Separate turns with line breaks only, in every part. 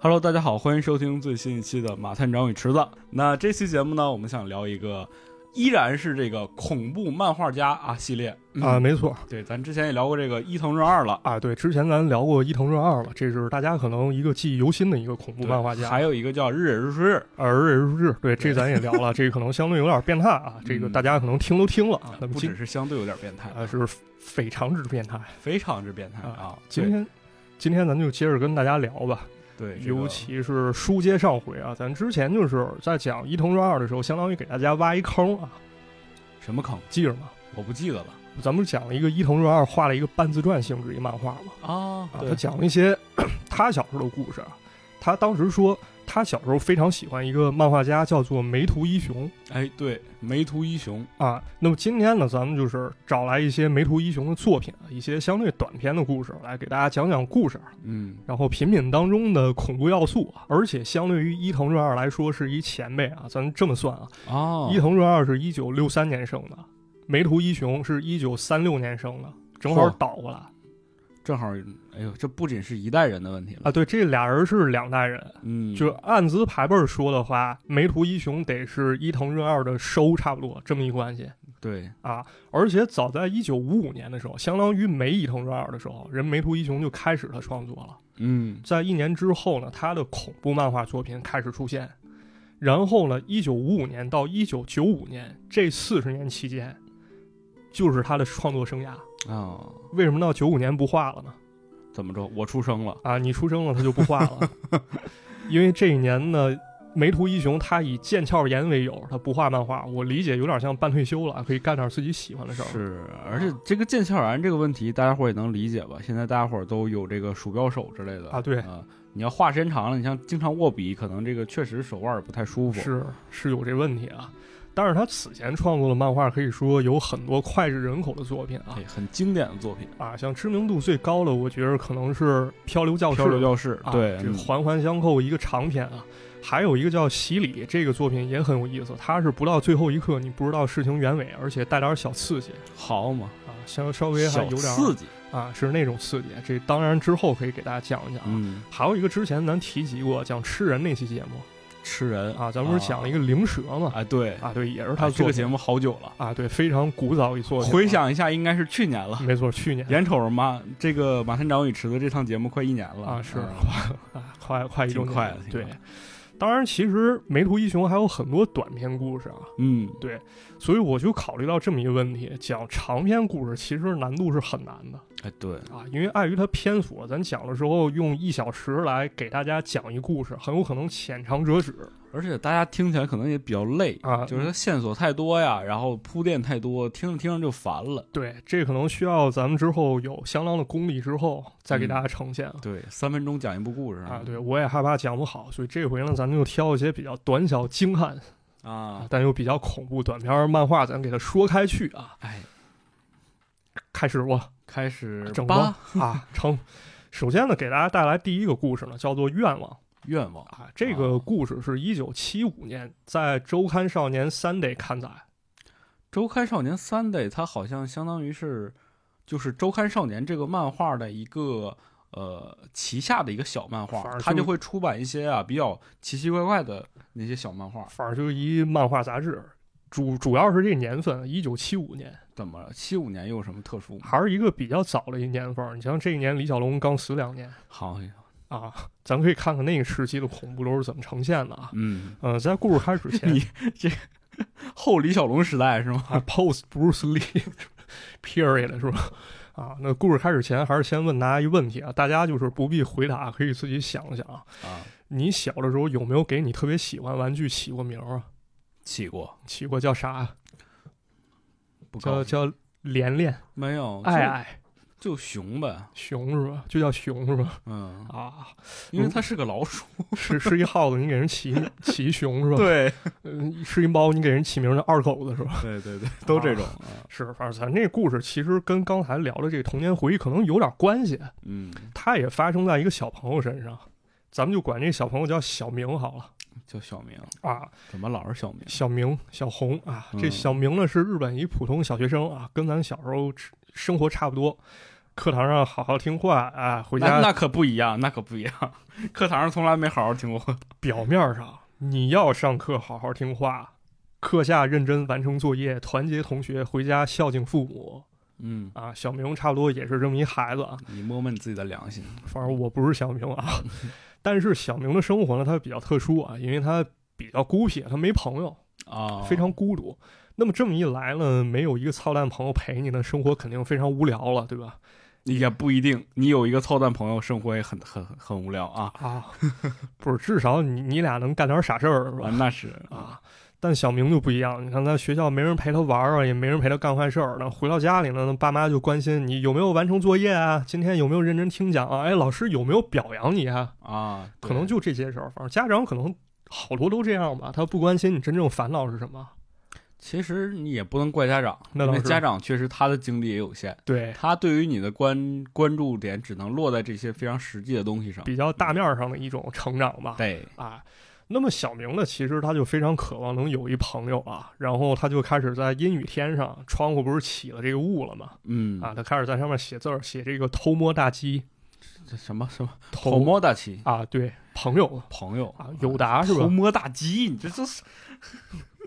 Hello，大家好，欢迎收听最新一期的《马探长与池子》。那这期节目呢，我们想聊一个，依然是这个恐怖漫画家啊系列
啊，。没错
对，咱之前也聊过这个伊藤润二了，
啊，对，之前咱聊过伊藤润二了，这是大家可能一个记忆犹新的一个恐怖
对
漫画家，
还有一个叫日野日出日，
而日日，对，这咱也聊 了，这个可能相对有点变态啊，这个
嗯
大家可能听都听了啊
啊，
那么
不
今
只是相对有点变态，
啊是非常之变态，
非常之变态啊
啊。
对
今天。今天咱就接着跟大家聊吧，
对，这个
尤其是书接上回啊，咱之前就是在讲伊藤润二的时候，相当于给大家挖一坑啊，
什么坑，
记着吗？
我不记得了
咱们讲了一个伊藤润二画了一个半自传性质一漫画嘛，
啊
啊，他
对，
讲了一些 他小时候的故事啊。他当时说，他小时候非常喜欢一个漫画家，叫做梅图一雄
哎，对，梅图一雄，
啊。那么今天呢，咱们就是找来一些梅图一雄的作品，啊一些相对短篇的故事，来给大家讲讲故事，啊
嗯，
然后品品当中的恐怖要素啊。而且相对于伊藤润二来说，是一前辈啊。咱这么算啊，
哦
伊藤润二是一九六三年生的，梅图一雄是一九三六年生的，正好
嚯
倒过来
正好，哎呦，这不仅是一代人的问题了，
啊。对，这俩人是两代人。
嗯，
就是按资排辈儿说的话，梅图一雄得是伊藤润二的收差不多这么一关系
对，
啊。而且早在一九五五年的时候，相当于没伊藤润二的时候，人梅图一雄就开始他创作了。
嗯，
在一年之后呢，他的恐怖漫画作品开始出现。然后呢，一九五五年到一九九五年这四十年期间，就是他的创作生涯。
啊，
为什么到九五年不画了呢？
怎么着，我出生了。
啊，你出生了他就不画了， 因为这一年呢，梅图一雄他以腱鞘炎为由，他不画漫画，我理解有点像半退休了，可以干点自己喜欢的事儿。
是，而且这个腱鞘炎这个问题，大家伙儿也能理解吧？现在大家伙儿都有这个鼠标手之类的
啊对
啊，你要画时间长了，你像经常握笔，可能这个确实手腕儿不太舒服。
是是有这问题啊，但是他此前创作的漫画可以说有很多脍炙人口的作品啊
哎，很经典的作品，
啊，像知名度最高的，我觉得可能是《漂流教
《
室
漂》流教室》
啊，
对，
这
嗯
环环相扣一个长篇啊。还有一个叫《洗礼》，这个作品也很有意思，它是不到最后一刻你不知道事情原委，而且带点小刺激
好嘛，
啊，稍稍微还
小
有点儿
刺激，
啊，是那种刺激。这当然之后可以给大家讲一讲。啊。
嗯，
还有一个之前咱提及过讲吃人那期节目
吃人
啊，咱们不是讲了一个灵蛇嘛？
哎，对，
啊，对，也是
哎
他
这
做
个节目好久了，
啊，对，非常古早一作品。
回，想一下，应该是去年了。
没错，去年
眼瞅着马这个马探长与池子这趟节目快一年了
啊是
嗯
啊，快快一周
挺
年
快
了
的挺
对
快的。
当然，其实梅图一雄还有很多短篇故事啊，
嗯，
所以我就考虑到这么一个问题：讲长篇故事其实难度是很难的
哎对，
啊，因为碍于它篇幅，咱讲的时候用一小时来给大家讲一故事，很有可能浅尝辄止
而且大家听起来可能也比较累
啊。
就是它线索太多呀，然后铺垫太多，听着听着就烦了。
对，这可能需要咱们之后有相当的功力之后再给大
嗯
家呈现、
对，三分钟讲一部故事
啊。对，我也害怕讲不好，所以这回呢，咱们就挑一些比较短小精悍啊
啊，，
但又比较恐怖短篇漫画，咱给它说开去啊。
哎，
开始 吧
开始
整
吧
吧，啊，成。首先呢，给大家带来第一个故事呢，叫做《愿望》
愿望
啊。这个故事是一九七五年在《周刊少年 Sunday》刊载
周刊少年 Sunday，它好像相当于是就是周刊少年这个漫画的一个。呃，旗下的一个小漫画
反而，就
它就会出版一些啊比较奇奇怪怪的那些小漫画。
反正就是一漫画杂志，主主要是这年份，一九七五年。
怎么了？七五年又有什么特殊吗？
还是一个比较早的一年份儿。你像这一年李小龙刚死两年
好，
啊，咱可以看看那个时期的恐怖都是怎么呈现的啊。
嗯，
呃，在故事开始前
你后李小龙时代是吗？
啊，post Bruce Lee period 是吧？啊，那故事开始前还是先问大家一问题啊，大家就是不必回答，可以自己想一想啊。
啊，
你小的时候有没有给你特别喜欢玩具起过名儿啊？
起过，
起过叫啥？啊
不
叫哎
高兴
叫连连、
没有，
爱爱、
就就熊呗，
熊是吧？就叫熊是吧？
嗯，
啊，
因为它是个老鼠，
是是一耗子，你给人起起一熊是 吧？
对，
嗯，是一猫，你给人起名叫二狗子是吧？
对对对，都这种，啊
是，反正咱这故事其实跟刚才聊的这个童年回忆可能有点关系，
嗯，
它也发生在一个小朋友身上，咱们就管这小朋友叫小明好了
叫小明，
啊，
怎么老是小明？
小明、小红啊，
嗯
这小明呢是日本一普通小学生啊，跟咱小时候吃生活差不多。课堂上好好听话啊，回
那
家
那可不一样，那可不一样。课堂上从来没好好听过。
表面上你要上课好好听话，课下认真完成作业，团结同学，回家孝敬父母
嗯，
啊。小明差不多也是这么一孩子啊，
你摸摸你自己的良心。
反正我不是小明啊。但是小明的生活呢，他比较特殊啊，因为他比较孤僻，他没朋友，
啊，
非常孤独。那么这么一来呢，没有一个操蛋朋友陪你呢，生活肯定非常无聊了，对吧？
也不一定。你有一个操蛋朋友，生活也很很很无聊啊。
啊，不是，至少你你俩能干点傻事儿是吧
啊，？那 是，
啊。但小明就不一样，你看他学校没人陪他玩儿啊，也没人陪他干坏事儿。那回到家里呢，那爸妈就关心你有没有完成作业啊，今天有没有认真听讲啊，哎，老师有没有表扬你啊？
啊，对
可能就这些事儿，反正家长可能好多都这样吧，他不关心你真正烦恼是什么。
其实你也不能怪家长，
那
因
倒
为
是
家长确实他的精力也有限，
对，
他对于你的关关注点只能落在这些非常实际的东西上。
比较大面儿上的一种成长吧。
对，
啊，那么小明呢，其实他就非常渴望能有一朋友啊，然后他就开始在阴雨天上，窗户不是起了这个雾了吗？
嗯
啊，他开始在上面写字儿，写这个偷摸大鸡，
这什么什么
偷
偷摸大鸡
啊，对，朋友
朋友
啊，友达是
偷
吧？
摸大鸡，你这这是，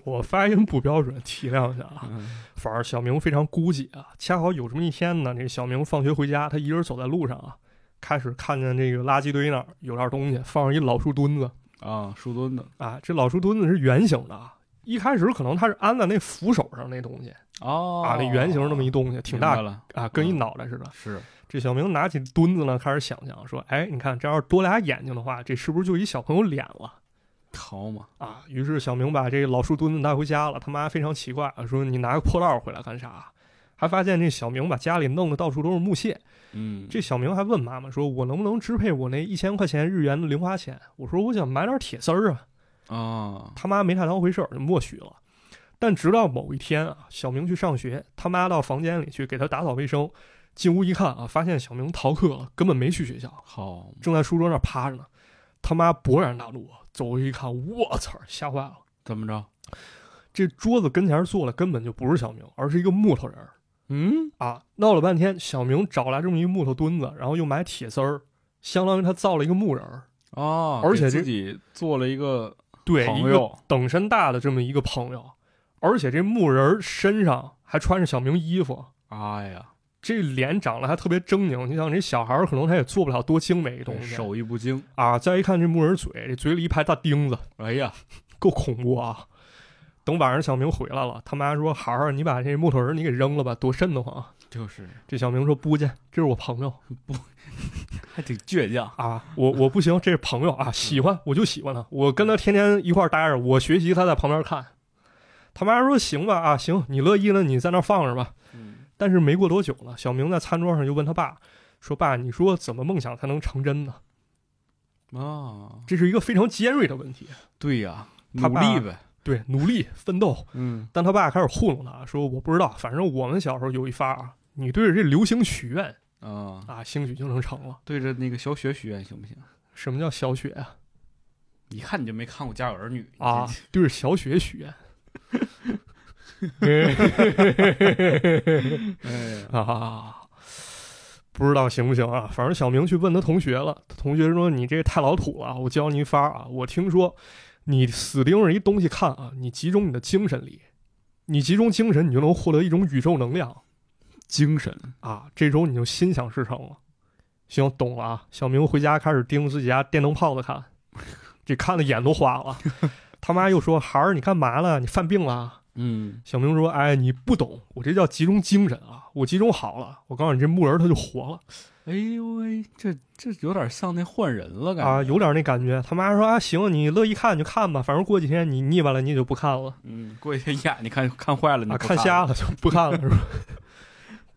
我发音不标准，体谅一下啊。
嗯
反而小明非常孤寂啊，恰好有这么一天呢，这小明放学回家，他一人走在路上啊，开始看见这个垃圾堆那儿有点东西，放着一老树墩子
啊，树墩子
啊，这老树墩子是圆形的啊。一开始可能它是安在那扶手上那东西，
哦，
啊，那圆形那么一东西，挺
明白
大
了，
啊，跟一
嗯
脑袋似的。
是
这小明拿起墩子呢，开始想想说：“哎，你看这要是多俩眼睛的话，这是不是就一小朋友脸了
好嘛，
啊？”于是小明把这老树墩子带回家了。他妈非常奇怪，说：“你拿个破烂儿回来干啥？”还发现这小明把家里弄得到处都是木屑。
嗯，
这小明还问妈妈说：“我能不能支配我那一千块钱日元的零花钱？”我说：“我想买点铁丝儿啊。”
啊，
他妈没太当回事儿，就默许了。但直到某一天啊，小明去上学，他妈到房间里去给他打扫卫生，进屋一看啊，发现小明逃课了，根本没去学校，
好，
正在书桌那儿趴着呢。他妈勃然大怒，啊走过去一看，我操，吓坏了！
怎么着？
这桌子跟前坐的根本就不是小明，而是一个木头人儿
嗯，
啊！闹了半天，小明找来这么一木头墩子，然后又买铁丝儿，相当于他造了一个木人儿，
哦，
而
给
且这
自己做了一个
对，一
朋
个
友，
等身大的这么一个朋友，而且这木人儿身上还穿着小明衣服，
哎呀，
这脸长得还特别狰狞。你想，这小孩儿可能他也做不了多精美的东西
手艺不精，
啊。再一看这木人嘴，这嘴里一排大钉子，
哎呀，
够恐怖啊！等晚上小明回来了，他妈说：“孩儿，你把这木头人儿你给扔了吧，多瘆得慌啊。
就是”
这小明说：“不去，这是我朋友
还挺倔强，
啊，我我不行，这是朋友啊，喜欢我就喜欢他，我跟他天天一块儿待着，我学习他在旁边看。他妈说行吧，啊行，你乐意了，你在那儿放着吧。
嗯，
但是没过多久了，小明在餐桌上就问他爸说：“爸，你说怎么梦想才能成真呢
啊？”，
这是一个非常尖锐的问题。
对呀，
他
努
爸
力呗，
对，努力奋斗。
嗯，
但他爸开始糊弄他，说：“我不知道，反正我们小时候有一发啊，你对着这流星许愿
啊，
啊，兴许就能成了。
对着那个小雪许愿行不行？
什么叫小雪啊？
一看你就没看过《家有儿女》
啊，对着小雪许愿。”
你这，
啊，不知道行不行啊？反正小明去问他同学了，他同学说你这太老土了，我教你一法啊。我听说你死盯着一东西看啊，你集中你的精神力，你集中精神，你就能获得一种宇宙能量
精神
啊。这周你就心想事成了。行，懂了啊。小明回家开始盯着自己家电灯泡子看，这看的眼都花了。他妈又说：“孩儿，你干嘛了？你犯病了啊？”
嗯，
小明说：“哎，你不懂，我这叫集中精神啊！我集中好了，我告诉你，这木人他就活了
哎呦喂，这这有点像那换人了，感觉
啊，有，点那感觉。”他妈说：“啊，行，你乐意看就看吧，反正过几天你腻歪了，你也就不看了
嗯，过去呀，你看看坏了，你
啊，
不
看瞎了就不看了，是吧？”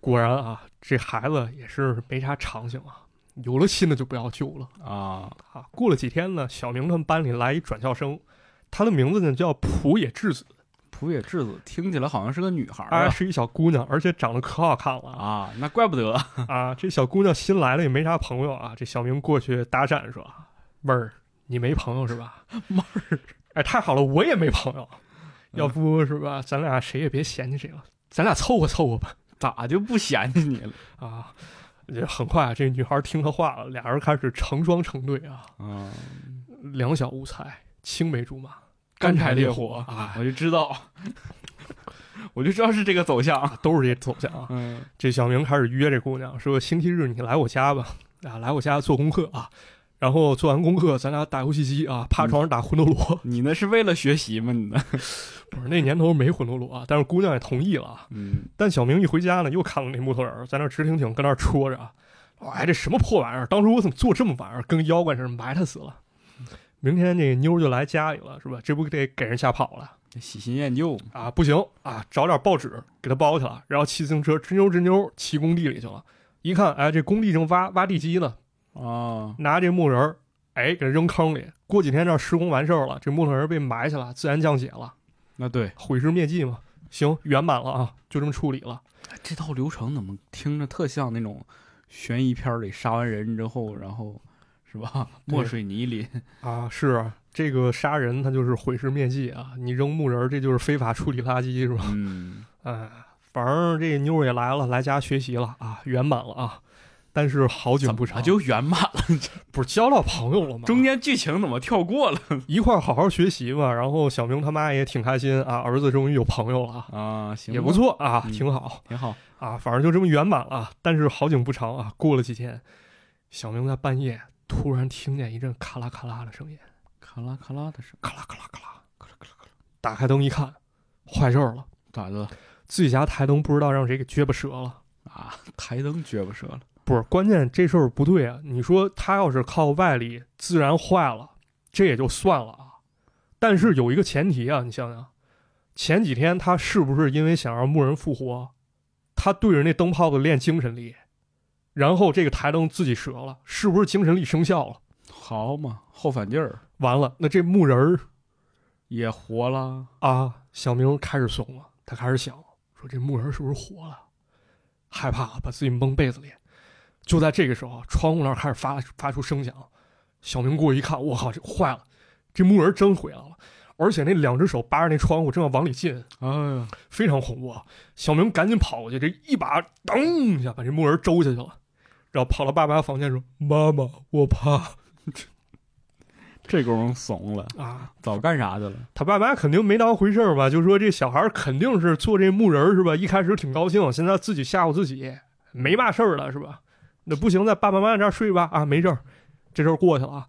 果然啊，这孩子也是没啥长性啊，有了新的就不要旧了
了啊，
啊。过了几天呢，小明他们班里来一转校生，他的名字呢叫浦野智子，
浦野智子听起来好像是个女孩
哎，
儿
是一小姑娘，而且长得可好看了
啊，
啊。
啊，那怪不得，
啊，这小姑娘新来了也没啥朋友啊。这小明过去搭讪说：“妹儿，你没朋友是吧？”
妹
儿， 哎，太好了，我也没朋友，
嗯
要不是吧，咱俩谁也别嫌弃谁了，咱俩凑合凑合吧。
咋就不嫌弃你了？
啊，也很快，这女孩听他话了，俩人开始成双成对啊，
嗯，
两小无猜，青梅竹马，
干柴
柴
烈
火
火
啊、
我就知道， 我就知道是这个走向。
都是这走向啊。
嗯
这小明开始约这姑娘，说星期日你来我家吧，啊，来我家做功课啊，然后做完功课咱俩打游戏机啊，趴床上打魂斗罗。
你那是为了学习吗？你呢？
不是那年头没魂斗罗啊，但是姑娘也同意了啊。
嗯，
但小明一回家呢，又看到那木头人儿在那儿直挺挺跟那儿戳着啊，哎，这什么破玩意儿？当时我怎么做这么玩意儿，跟个妖怪似的，埋汰死了。明天这妞儿就来家里了，是吧？这不得给人吓跑了
喜新厌旧。
啊？不行啊，找点报纸给他包起来，然后骑自行车吱扭吱扭骑工地里去了。一看，哎，这工地正挖挖地基呢，
啊，
拿这木人儿，哎，给扔坑里。过几天这儿施工完事儿了，这木头人儿被埋下了，自然降解了，
那对，
毁尸灭迹嘛。行，圆满了啊，就这么处理了。
这套流程怎么听着特像那种悬疑片儿里杀完人之后，然后是吧，
对
没水泥里，
啊，是啊，这个杀人他就是毁尸灭迹啊！你扔木人儿，这就是非法处理垃圾是吧？
嗯，
哎，反正这妞儿也来了，来家学习了啊，圆满了啊。但是好景
怎
不
么啊
长，
就圆满了？
不是交到朋友了吗？
中间剧情怎么跳过了？
一块儿好好学习嘛。然后小明他妈也挺开心啊，儿子终于有朋友了啊，
啊，行，
也不，错啊，
嗯
挺好
挺好。
啊。反正就这么圆满了。但是好景不长啊，过了几天，小明在半夜突然听见一阵咔啦咔啦的声音。
咔啦咔啦的声，
咔啦咔啦咔啦咔啦咔啦咔啦。打开灯一看，坏事儿了，
咋的了
自己家台灯不知道让谁给撅巴折了。
啊？台灯撅巴折了。
不是，关键这事儿不对啊！你说他要是靠外力自然坏了，这也就算了啊。但是有一个前提啊，你想想，前几天他是不是因为想让牧人复活，他对着那灯泡子练精神力，然后这个台灯自己折了，是不是精神力生效了？
好嘛，后反劲儿
完了，那这木人儿
也活了。
啊，小明开始怂了，他开始想说这木人是不是活了？害怕了，把自己蒙被子里。就在这个时候，啊窗户那儿开始发发出声响。小明过去一看，我靠，这坏了，这木人真回来了，而且那两只手扒着那窗户，正要往里进，
哎呀，
非常恐怖啊！小明赶紧跑过去，这一把噔一下把这木人周下去了，然后跑到爸妈房间说：“妈妈，我怕
这功夫怂了，
啊！”
早干啥去了？
他爸妈肯定没当回事儿吧，就说这小孩儿肯定是做这木人儿是吧？一开始挺高兴，现在自己吓唬自己，没嘛事儿了是吧？那不行，在爸爸妈妈这儿睡吧啊，没事儿，这事儿过去了啊。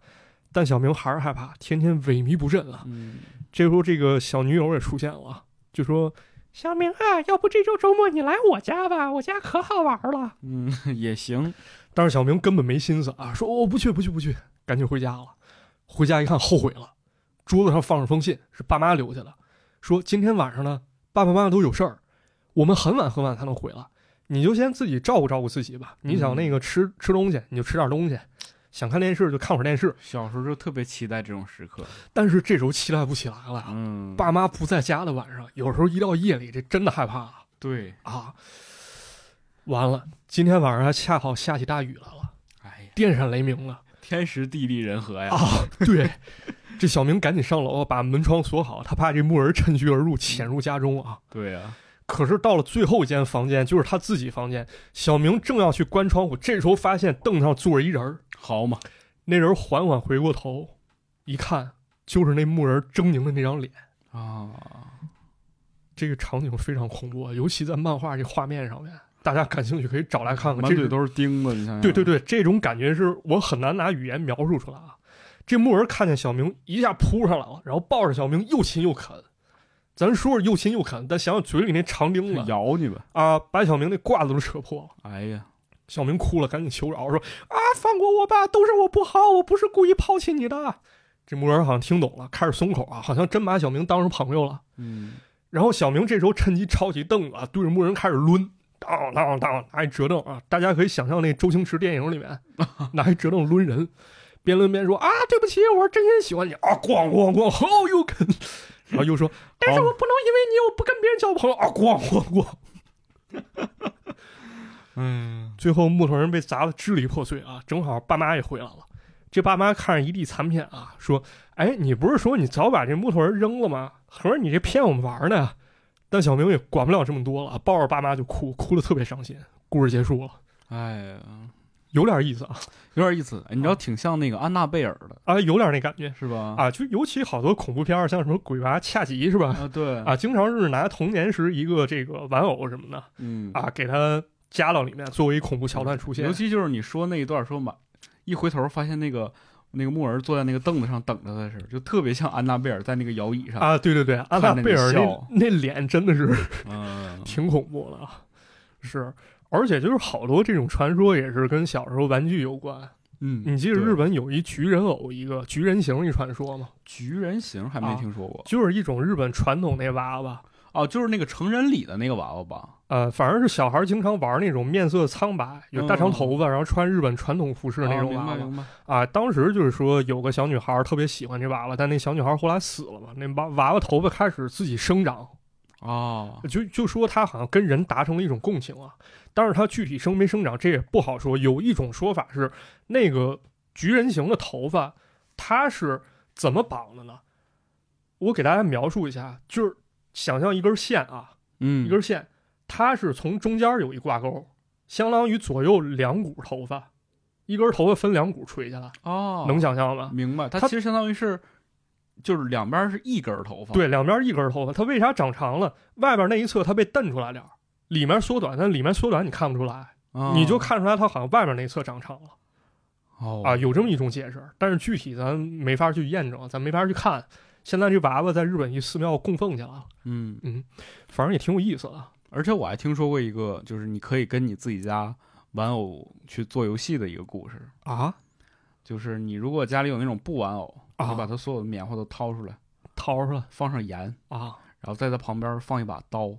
但小明还是害怕，天天萎靡不振啊。
嗯，
这时候这个小女友也出现了啊，就说：“小明啊，要不这周周末你来我家吧，我家可好玩儿了。”
嗯， 也行。
但是小明根本没心思啊，说我、不去不去不去，赶紧回家了。回家一看后悔了，桌子上放着封信，是爸妈留下的，说今天晚上呢，爸爸妈妈都有事儿，我们很晚很晚才能回来，你就先自己照顾照顾自己吧。你想那个吃吃东西，你就吃点东西；想看电视就看会儿电视。
小时候就特别期待这种时刻。
但是这时候期待不起来了，啊
嗯，
爸妈不在家的晚上，有时候一到夜里，这真的害怕啊
对，
啊！完了，今天晚上还恰好下起大雨来了，
哎呀，
电闪雷鸣啊了。
天时地利人和呀。
啊，对，这小明赶紧上楼，啊把门窗锁好，他怕这木人趁虚而入，潜入家中啊。
对呀、
可是到了最后一间房间，就是他自己房间，小明正要去关窗户，这时候发现凳上坐着一人儿，
好嘛，
那人缓缓回过头，一看就是那木人狰狞的那张脸。
啊，
这个场景非常恐怖，啊，尤其在漫画这画面上面，大家感兴趣可以找来看看。
满
这
嘴
是
都是钉子，你想想。
对对，对，这种感觉是我很难拿语言描述出来啊。这木人看见小明，一下扑上来了，然后抱着小明又亲又啃。咱说是又亲又啃，但想想嘴里那长钉子
咬你吧。
啊，把小明那褂子都扯破了。
哎呀，
小明哭了，赶紧求饶说：“啊，放过我吧，都是我不好，我不是故意抛弃你的。”这木人好像听懂了，开始松口啊，好像真把小明当成朋友了。
嗯，
然后小明这时候趁机抄起凳子啊，对着木人开始抡，当当当，拿一折凳啊！大家可以想象那周星驰电影里面拿一折凳抡人，边抡边说啊，对不起，我是真心喜欢你啊！咣咣咣，How you can？然后又说，但是我不能因为你我不跟别人交朋友啊！咣咣咣！
嗯，
最后木头人被砸得支离破碎啊！正好爸妈也回来了，这爸妈看着一地残片啊，说：“哎，你不是说你早把这木头人扔了吗？合着你这骗我们玩呢？”但小明也管不了这么多了，抱着爸妈就哭，哭得特别伤心。故事结束了，
哎呀，
有点意思啊，
有点意思，你知道挺像那个安娜贝尔的，
啊，有点那感觉
是吧？
嗯啊，就尤其好多恐怖片儿，像什么鬼娃恰吉是吧？
啊，对，
啊，经常是拿童年时一个这个玩偶什么的
嗯，
啊，给它加到里面，作为恐怖桥段出现
尤。其就是你说那一段说满，一回头发现那个那个木儿坐在那个凳子上等着他时，就特别像安娜贝尔在那个摇椅上，
啊，对对对，安娜贝尔
看着你笑
那那脸真的是
嗯，
挺恐怖的啊，是，而且就是好多这种传说也是跟小时候玩具有关。
嗯，
你记得
对
日本有一菊人偶，一个菊人形一传说吗？
菊人形还没
啊
听说过
就是一种日本传统那娃娃，
哦，就是那个成人礼的那个娃娃吧？
呃，反正是小孩经常玩那种面色苍白、有大长头发，然后穿日本传统服饰的那
嗯哦
种
明
娃
白
娃
明白，
啊。当时就是说有个小女孩特别喜欢这娃娃，但那小女孩后来死了嘛，那娃娃娃头发开始自己生长，
哦，
就就说他好像跟人达成了一种共情啊，但是他具体生没生长这也不好说。有一种说法是，那个菊人形的头发，它是怎么绑的呢？我给大家描述一下，就是想象一根线啊，
嗯，
一根线，它是从中间有一挂钩，相当于左右两股头发，一根头发分两股垂下来，
哦，
能想象吗？
明白，它
它
其实相当于是，就是两边是一根头发，，
对，两边一根头发，它为啥长长了？外边那一侧它被蹬出来点儿，里面缩短，但里面缩短你看不出来。你就看出来它好像外面那侧长长了
哦
啊，有这么一种解释，但是具体咱没法去验证，咱没法去看。现在这娃娃在日本一寺庙供奉去了，
嗯，
反正也挺有意思的
而且我还听说过一个，就是你可以跟你自己家玩偶去做游戏的一个故事，
啊。
就是你如果家里有那种布玩偶，
啊
你把它所有的棉花都掏出来，
掏出来
放上盐，
啊
然后在它旁边放一把刀，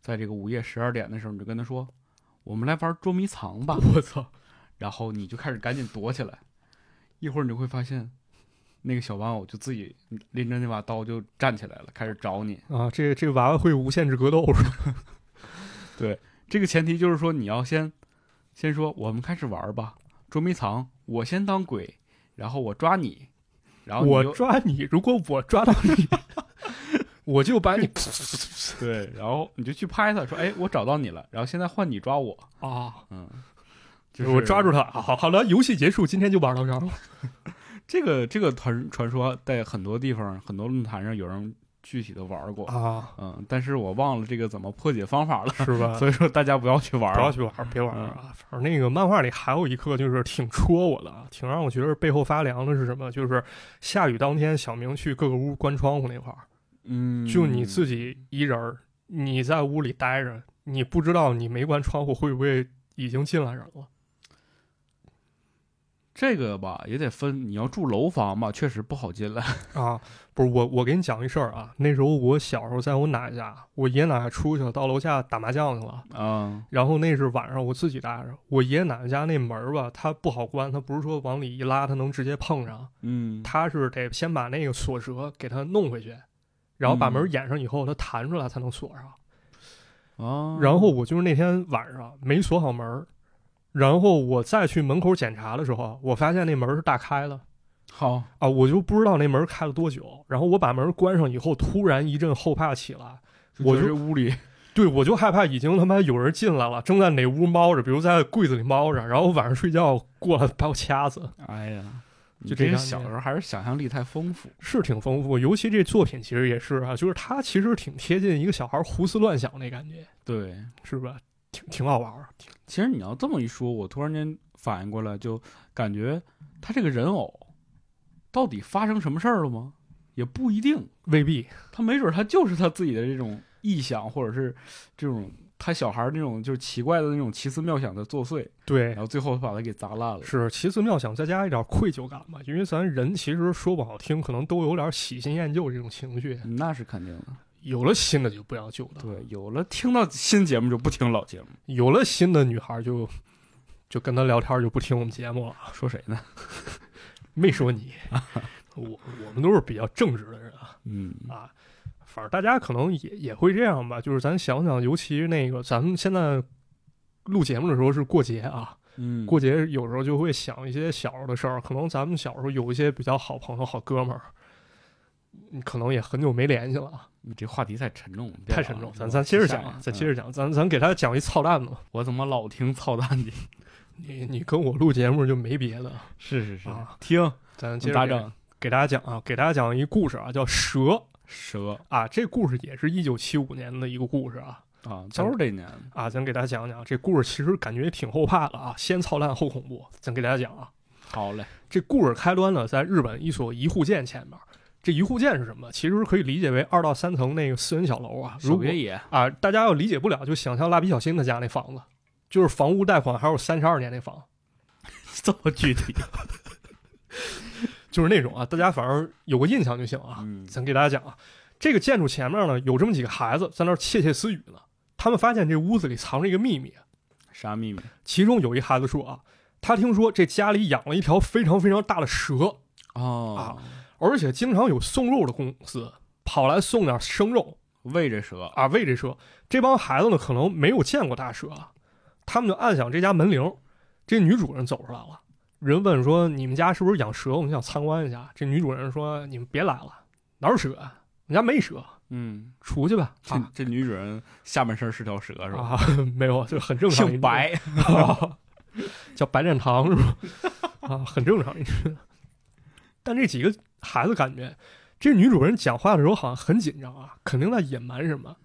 在这个午夜十二点的时候，你就跟他说，我们来玩捉迷藏吧，
我操
然后你就开始赶紧躲起来，一会儿你就会发现。那个小玩偶就自己拎着那把刀就站起来了，开始找你。
啊！这这娃娃会无限制格斗是吧？
这个前提就是说，你要先先说我们开始玩吧，捉迷藏，我先当鬼，然后我抓你，然后你
我
就
抓你，如果我抓到你， 我就把你
对，然后你就去拍他，说哎，我找到你了，然后现在换你抓我，
啊！
嗯，就是
我抓住他，好好了，游戏结束，今天就玩到这儿了
这个这个传传说，在很多地方、很多论坛上有人具体的玩过，
啊，
嗯，但是我忘了这个怎么破解方法了，
是吧？
所以说大家不要去玩
啊不要
了，
去玩儿，别玩儿啊！反正那个漫画里还有一刻就是挺戳我的啊，挺让我觉得背后发凉的是什么？就是下雨当天，小明去各个屋关窗户那块儿，
嗯，
就你自己一人儿，你在屋里待着，你不知道你没关窗户会不会已经进来人了
这个吧，也得分，你要住楼房吧，确实不好进来，
啊？不是我，我给你讲一事儿啊。那时候我小时候在我奶奶家，我爷爷奶奶出去了，到楼下打麻将去了。
嗯
然后那是晚上我自己待着，我爷爷奶奶家那门儿吧，它不好关，它不是说往里一拉它能直接碰上。
嗯，
他是得先把那个锁舌给它弄回去，然后把门掩上以后，它弹出来才能锁上。
啊，
然后我就是那天晚上没锁好门儿，然后我再去门口检查的时候，啊我发现那门儿是大开的
好，
啊，我就不知道那门儿开了多久。然后我把门关上以后，突然一阵后怕起来，我
就
就
这屋里，
对我就害怕已经他妈有人进来了，正在哪屋猫着，比如在柜子里猫着，然后晚上睡觉过来把我掐死。
哎呀，
就
这
这
个
样
小时候还是想象力太丰富，
是挺丰富，尤其这作品其实也是啊，就是它其实挺贴近一个小孩胡思乱想那感觉，
对。
是吧？挺挺好玩儿，挺
其实你要这么一说，我突然间反应过来，就感觉他这个人偶到底发生什么事儿了吗？也不一定，
未必
他没准他就是他自己的这种臆想，或者是这种他小孩儿那种就是奇怪的那种奇思妙想的作祟，
对
然，后最后把他给砸烂了。
是奇思妙想，再加一点愧疚感吧，因为咱人其实说不好听，可能都有点喜新厌旧这种情绪，
那是肯定的，
有了新的就不要旧的，
对，有了听到新节目就不听老节目，
有了新的女孩就就跟她聊天就不听我们节目了，
说谁呢？
没说你，我我们都是比较正直的人啊。
嗯
啊，反正大家可能也也会这样吧，就是咱想想，尤其那个咱们现在录节目的时候是过节啊，
嗯，
过节有时候就会想一些小时候的事儿，可能咱们小时候有一些比较好朋友、好哥们儿，你可能也很久没联系了啊，
你这话题太沉重了，别
太
聊
沉重
了，
咱咱接着
下
讲
一
啊
个，嗯
咱接着讲，咱咱给他讲一操蛋吧。
我怎么老听操蛋的？
你你跟我录节目就没别的，
是是是
啊，
听
咱接着
打
给
整
给大家讲啊，给大家讲一故事啊，叫蛇
蛇
啊，这故事也是一九七五年的一个故事啊
啊，都是这年
啊，咱给大家讲讲这故事，其实感觉挺后怕的啊，先操蛋后恐怖，咱给大家讲啊，
好嘞，
这故事开端呢，在日本一所一户建前面。这一户建是什么？其实可以理解为二到三层那个私人小楼啊。如
守
果
别野
啊，大家要理解不了，就想象蜡笔小新他家那房子，就是房屋贷款还有三十二年那房，
这么具体
就是那种啊，大家反正有个印象就行啊。
嗯
咱给大家讲啊，这个建筑前面呢有这么几个孩子在那儿窃窃私语呢，他们发现这屋子里藏着一个秘密，
啥秘密
其中有一孩子说啊，他听说这家里养了一条非常非常大的蛇，
哦？
而且经常有送肉的公司跑来送点生肉，
喂着蛇，
啊喂这蛇。这帮孩子呢，可能没有见过大蛇，啊，他们就按响这家门铃。这女主人走出来了，人问说：“你们家是不是养蛇？我们想参观一下。”这女主人说：“你们别来了，哪有蛇啊？我们家没蛇，
嗯，
出去吧。
这
啊
这女主人下半身是条蛇”是吧？
啊， 没有，这很正常。啊
姓 白，
叫白展堂是吧？啊，很正常。但这几个孩子感觉，这女主人讲话的时候好像很紧张啊，肯定在隐瞒什么。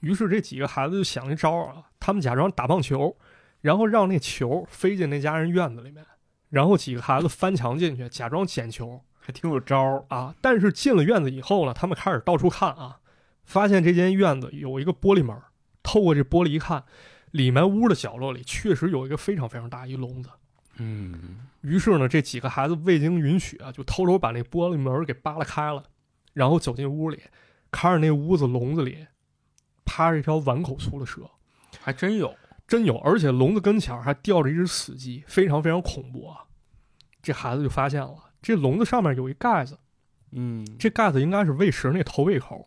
于是这几个孩子就想一招啊，他们假装打棒球，然后让那球飞进那家人院子里面，然后几个孩子翻墙进去，假装捡球
还挺有招儿
啊。但是进了院子以后呢，他们开始到处看啊，发现这间院子有一个玻璃门，透过这玻璃一看，里面屋的角落里确实有一个非常非常大一笼子。
嗯，
于是呢，这几个孩子未经允许啊，就偷偷把那玻璃门给扒拉开了，然后走进屋里，看着那屋子笼子里趴着一条碗口粗的蛇，
还真有，
真有，而且笼子跟前儿还吊着一只死鸡，非常非常恐怖啊！这孩子就发现了，这笼子上面有一盖子，
嗯，
这盖子应该是喂食那投喂口。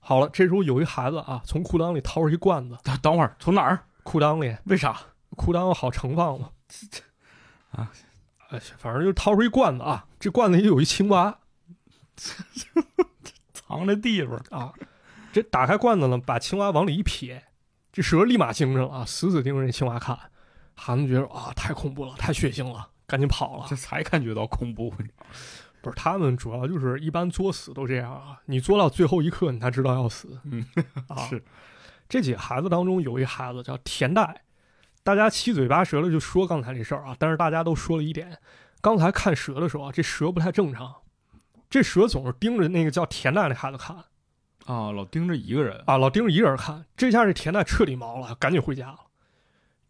好了，这时候有一孩子啊，从裤裆里掏出一罐子，
等等会儿从哪儿？
裤裆里
为啥？
裤裆好盛放嘛，
啊，
哎，反正就掏出一罐子啊，这罐子里有一青蛙，
藏在地方。
啊，这打开罐子呢，把青蛙往里一撇，这蛇立马精神了啊，死死盯着这青蛙看。韩子觉得啊，太恐怖了，太血腥了，赶紧跑了。
这才感觉到恐怖，
不是他们主要就是一般作死都这样啊，你作到最后一刻，你才知道要死。
嗯，
啊，
是
这几个孩子当中有一孩子叫田代，大家七嘴八舌的就说刚才这事儿啊，但是大家都说了一点，刚才看蛇的时候啊，这蛇不太正常，这蛇总是盯着那个叫田代那孩子看。
啊，老盯着一个人，
啊，老盯着一个人看，这下这田代彻底毛了，赶紧回家了。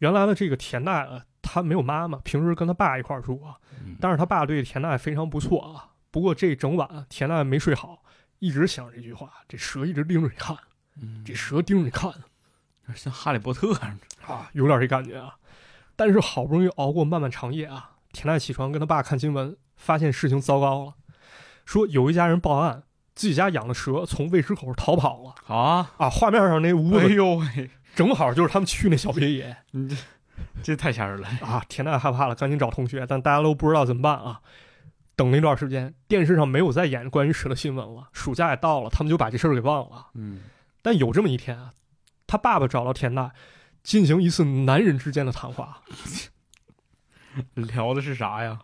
原来的这个田代啊，他没有妈妈，平时跟他爸一块儿住啊，
嗯
但是他爸对田代非常不错啊。不过这整晚田代没睡好，一直想着这句话，这蛇一直盯着你看，
嗯
这蛇盯着你看
像哈利波特似的
啊，有点这感觉啊。但是好不容易熬过漫漫长夜啊，田代起床跟他爸看新闻，发现事情糟糕了，说有一家人报案，自己家养的蛇从喂食口逃跑了
啊！
啊。画面上那屋子
哎呦喂，
正好就是他们去那小别野
你这这太吓人了！
啊，田娜害怕了，赶紧找同学，但大家都不知道怎么办啊。等了一段时间，电视上没有再演关于蛇的新闻了，暑假也到了，他们就把这事儿给忘了。
嗯，
但有这么一天啊，他爸爸找到田娜，进行一次男人之间的谈话，
聊的是啥呀？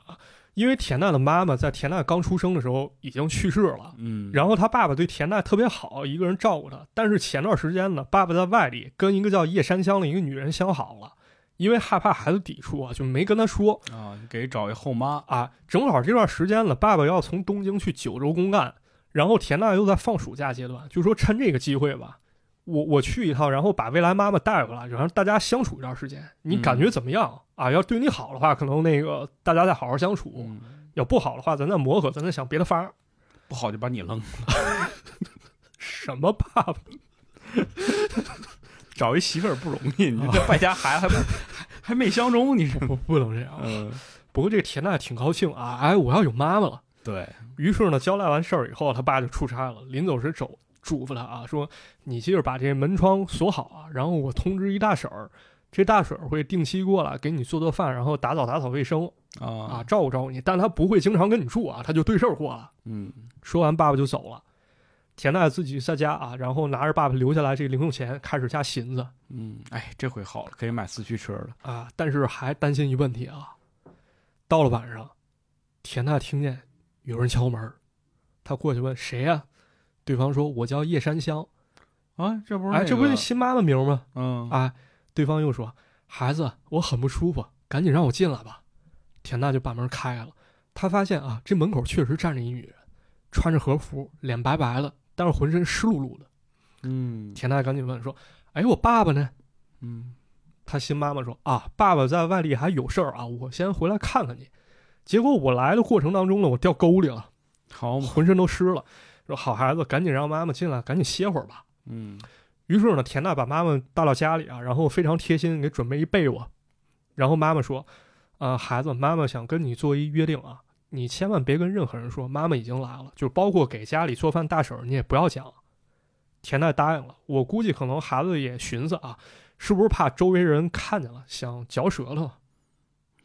因为田娜的妈妈在田娜刚出生的时候已经去世了。
嗯，
然后他爸爸对田娜特别好，一个人照顾她。但是前段时间呢，爸爸在外地跟一个叫叶山香的一个女人相好了，因为害怕孩子抵触啊，就没跟她说。
啊，你给找一后妈，
啊，正好这段时间呢，爸爸要从东京去九州公干，然后田娜又在放暑假阶段，就说趁这个机会吧，我我去一趟，然后把未来妈妈带回来，然后大家相处一段时间，你
嗯
感觉怎么样、啊？要对你好的话，可能那个大家再好好相处；
嗯
要不好的话，咱再磨合，咱再想别的法儿。
不好就把你扔，
什么爸爸？
找一媳妇儿不容易，你这败家孩子还不还 还没相中，你这
不不能这样。
嗯，
不过这个田娜挺高兴啊，哎，我要有妈妈了。
对，
于是呢，交代完事儿以后，他爸就出差了。临走时嘱嘱咐他啊，说你记着把这门窗锁好啊，然后我通知一大婶儿，这大婶儿会定期过来给你做做饭，然后打扫打扫卫生啊，
啊，
照顾照顾你。但她不会经常跟你住啊，她就对事儿过了。
嗯，
说完，爸爸就走了。田代自己在家啊，然后拿着爸爸留下来这个零用钱，开始瞎寻思
嗯，哎，这回好了，可以买四驱车了。
啊，但是还担心一问题啊。到了晚上，田代听见有人敲门儿，他过去问谁呀、对方说：“我叫叶山香。
啊，这不”是、
哎，这不
是
是新妈妈名儿吗？
嗯
啊，对方又说：“孩子，我很不舒服，赶紧让我进来吧。”田娜就把门开了，她发现啊，这门口确实站着一女人，穿着和服，脸白白的，但是浑身湿漉漉的。
嗯
田娜赶紧问说：“哎，我爸爸呢
嗯？”
她新妈妈说：“啊，爸爸在外地还有事儿啊，我先回来看看你。”结果我来的过程当中呢，我掉沟里了，
好嘛，
浑身都湿了。说好孩子，赶紧让妈妈进来，赶紧歇会儿吧。
嗯
于是呢，田娜把妈妈带到家里啊，然后非常贴心给准备一被窝。然后妈妈说：“啊、孩子，妈妈想跟你做一约定啊，你千万别跟任何人说妈妈已经来了，就是包括给家里做饭大婶儿，你也不要讲。”田娜答应了。我估计可能孩子也寻思啊，是不是怕周围人看见了，想嚼舌头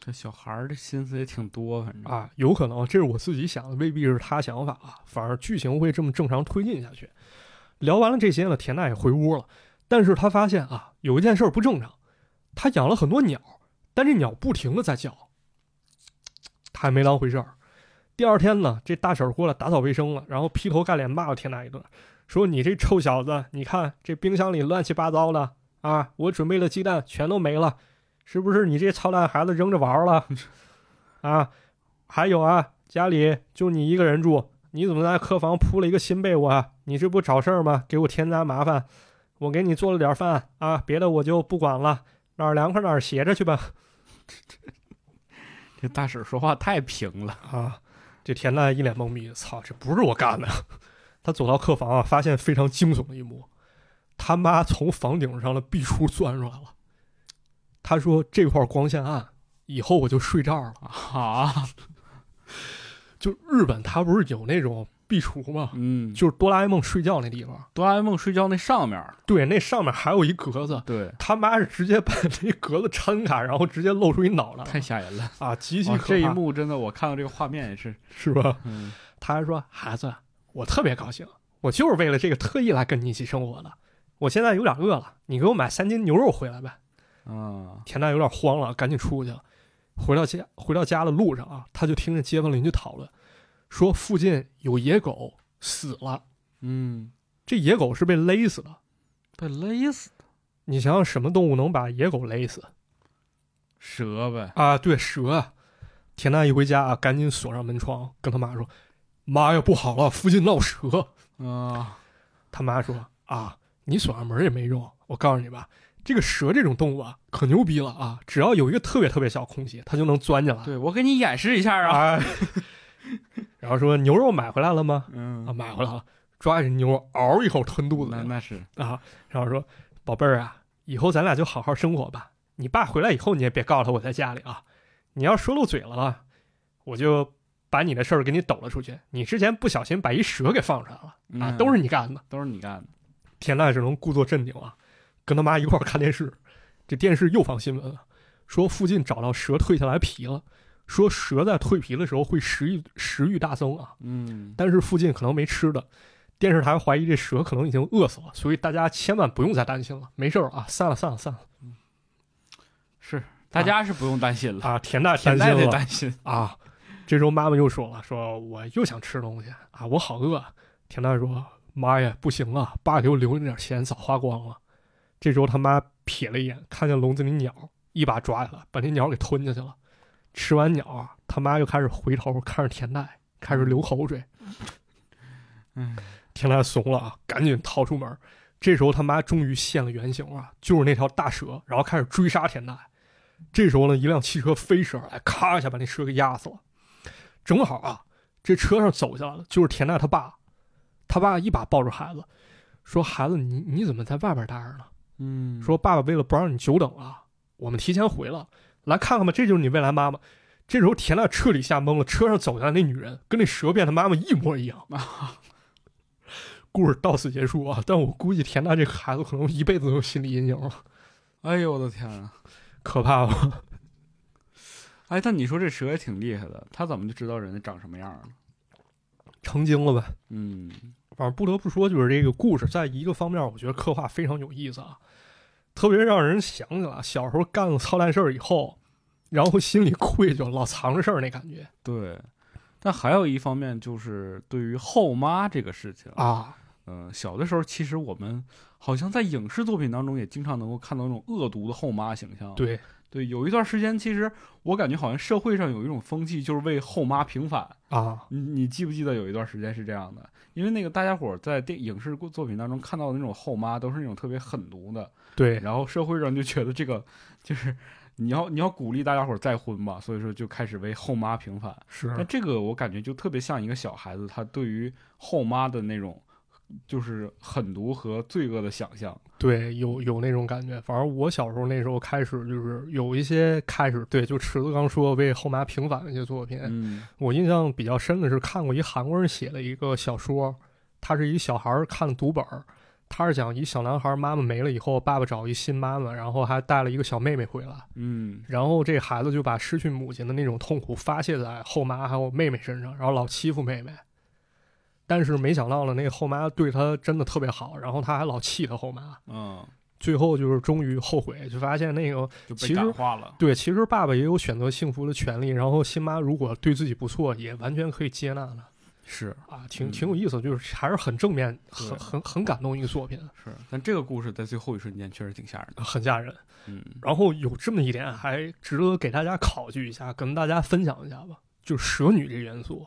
这小孩儿的心思也挺多，反正
啊？有可能，这是我自己想的，未必是他想法啊。反而剧情会这么正常推进下去。聊完了这些呢，田娜也回屋了，但是她发现啊，有一件事儿不正常，她养了很多鸟，但这鸟不停的在叫，她也没当回事儿。第二天呢，这大婶儿过来打扫卫生了，然后劈头盖脸骂了田娜一顿，说你这臭小子，你看这冰箱里乱七八糟的啊，我准备的鸡蛋全都没了，是不是你这操蛋孩子扔着玩儿了？ 啊，还有啊，家里就你一个人住，你怎么在客房铺了一个新被窝啊？你这不找事儿吗？给我添加麻烦。我给你做了点饭啊，别的我就不管了，哪儿凉快哪儿歇着去吧。
这大婶说话太平了。
啊，这田娜一脸懵逼，操，这不是我干的。他走到客房啊，发现非常惊悚的一幕，他妈从房顶上的壁橱钻出来了。他说：“这块儿光线暗，以后我就睡这儿了。
啊，”
就日本，它不是有那种壁橱吗？
嗯，
就是哆啦 A 梦睡觉那地方。
哆啦 A 梦睡觉那上面儿，
对，那上面还有一格子，
对，
他妈是直接把那格子撑开，然后直接露出一脑袋
太吓 人了。
啊，极其
哇
可怕。
这一幕真的，我看到这个画面也是，
是吧？
嗯
他还说：“孩子，我特别高兴，我就是为了这个特意来跟你一起生活的。我现在有点饿了，你给我买三斤牛肉回来呗。”
啊，
田娜有点慌了，赶紧出去了。回到家，回到家的路上啊，他就听见街坊邻居讨论，说附近有野狗死了，
嗯，
这野狗是被勒死的。
被勒死
你想想，什么动物能把野狗勒死？
蛇呗，
啊，对蛇啊。田娜一回家啊，赶紧锁上门窗，跟他妈说：“妈呀，不好了，附近闹蛇。
啊，”
他妈说：“啊，你锁上门也没用，我告诉你吧，这个蛇这种动物啊，可牛逼了啊！只要有一个特别特别小空隙，它就能钻进来。
对我给你演示一下啊，
哎”然后说：“牛肉买回来了吗？啊，
嗯，
买回来了，抓起牛肉嗷一口吞肚子
那
里了
那是，
啊。”然后说：“宝贝儿啊，以后咱俩就好好生活吧。你爸回来以后，你也别告诉他我在家里啊。”你要说漏嘴了吧，我就把你的事儿给你抖了出去。你之前不小心把一蛇给放出来了啊，
嗯
都是你干的。
都是你干的，
田娜只能故作镇定啊，跟他妈一块儿看电视。这电视又放新闻了，说附近找到蛇蜕下来皮了，说蛇在蜕皮的时候会食欲食欲大增啊，
嗯，
但是附近可能没吃的。电视台怀疑这蛇可能已经饿死了，所以大家千万不用再担心了，没事儿啊，散了散了散了
是，大家是不用担心了，
啊！田娜
现
担
在
心
得
了，
担心，
啊，这时候妈妈又说了，说我又想吃东西啊，我好饿。田娜说：“妈呀，不行啊，爸给我留那点钱早花光了。”这时候他妈瞥了一眼，看见笼子里鸟，一把抓起来，把那鸟给吞下去了。吃完鸟啊，他妈又开始回头看着田奈，开始流口水。
嗯，
田奈怂了啊，赶紧逃出门。这时候他妈终于现了原形了，就是那条大蛇，然后开始追杀田奈。这时候呢，一辆汽车飞驰而来，咔一下把那蛇给压死了。正好啊，这车上走下来了，就是田奈他爸。他爸一把抱住孩子，说：“孩子，你你怎么在外边待着呢？”
嗯，
说爸爸为了不让你久等啊，我们提前回了，来看看吧，这就是你未来妈妈。这时候田娜彻底吓懵了，车上走下来那女人跟那蛇变的妈妈一模一样。故事到此结束啊，但我估计田娜这个孩子可能一辈子都有心理阴影了，
哎呦我的天啊！
可怕吧？
哎，但你说这蛇也挺厉害的，它怎么就知道人家长什么样了？
成精了呗。
嗯
反正不得不说，就是这个故事，在一个方面，我觉得刻画非常有意思啊，特别让人想起来小时候干了操蛋事儿以后，然后心里愧疚，老藏着事儿那感觉
对。但还有一方面就是对于后妈这个事情，
啊。
嗯、小的时候其实我们好像在影视作品当中也经常能够看到那种恶毒的后妈形象。
对，
对，有一段时间，其实我感觉好像社会上有一种风气，就是为后妈平反。
啊，
你你记不记得有一段时间是这样的？因为那个大家伙儿在电影视作品当中看到的那种后妈，都是那种特别狠毒的，
对，
然后社会上就觉得这个就是你要你要鼓励大家伙儿再婚嘛，所以说就开始为后妈平反。但
是
这个我感觉就特别像一个小孩子，他对于后妈的那种就是狠毒和罪恶的想象。
对，有有那种感觉。反正我小时候那时候开始，就是有一些开始，对，就池子刚说为后妈平反的一些作品，
嗯
我印象比较深的是看过一韩国人写的一个小说，他是一小孩儿看的读本儿，他是讲一小男孩儿妈妈没了以后，爸爸找一新妈妈，然后还带了一个小妹妹回来，
嗯
然后这孩子就把失去母亲的那种痛苦发泄在后妈还有妹妹身上，然后老欺负妹妹。但是没想到呢，那个后妈对他真的特别好，然后他还老气他后妈，
嗯，
最后就是终于后悔，就发现那个
就
其
被
实
感化了。
对，其实爸爸也有选择幸福的权利，然后新妈如果对自己不错，也完全可以接纳的。
是
啊，挺
嗯
挺有意思，就是还是很正面，很
对
很很感动一个作品，
是，但这个故事在最后一瞬间确实挺吓人的。
很吓人。
嗯
然后有这么一点还值得给大家考据一下，跟大家分享一下吧，就是蛇女这元素。，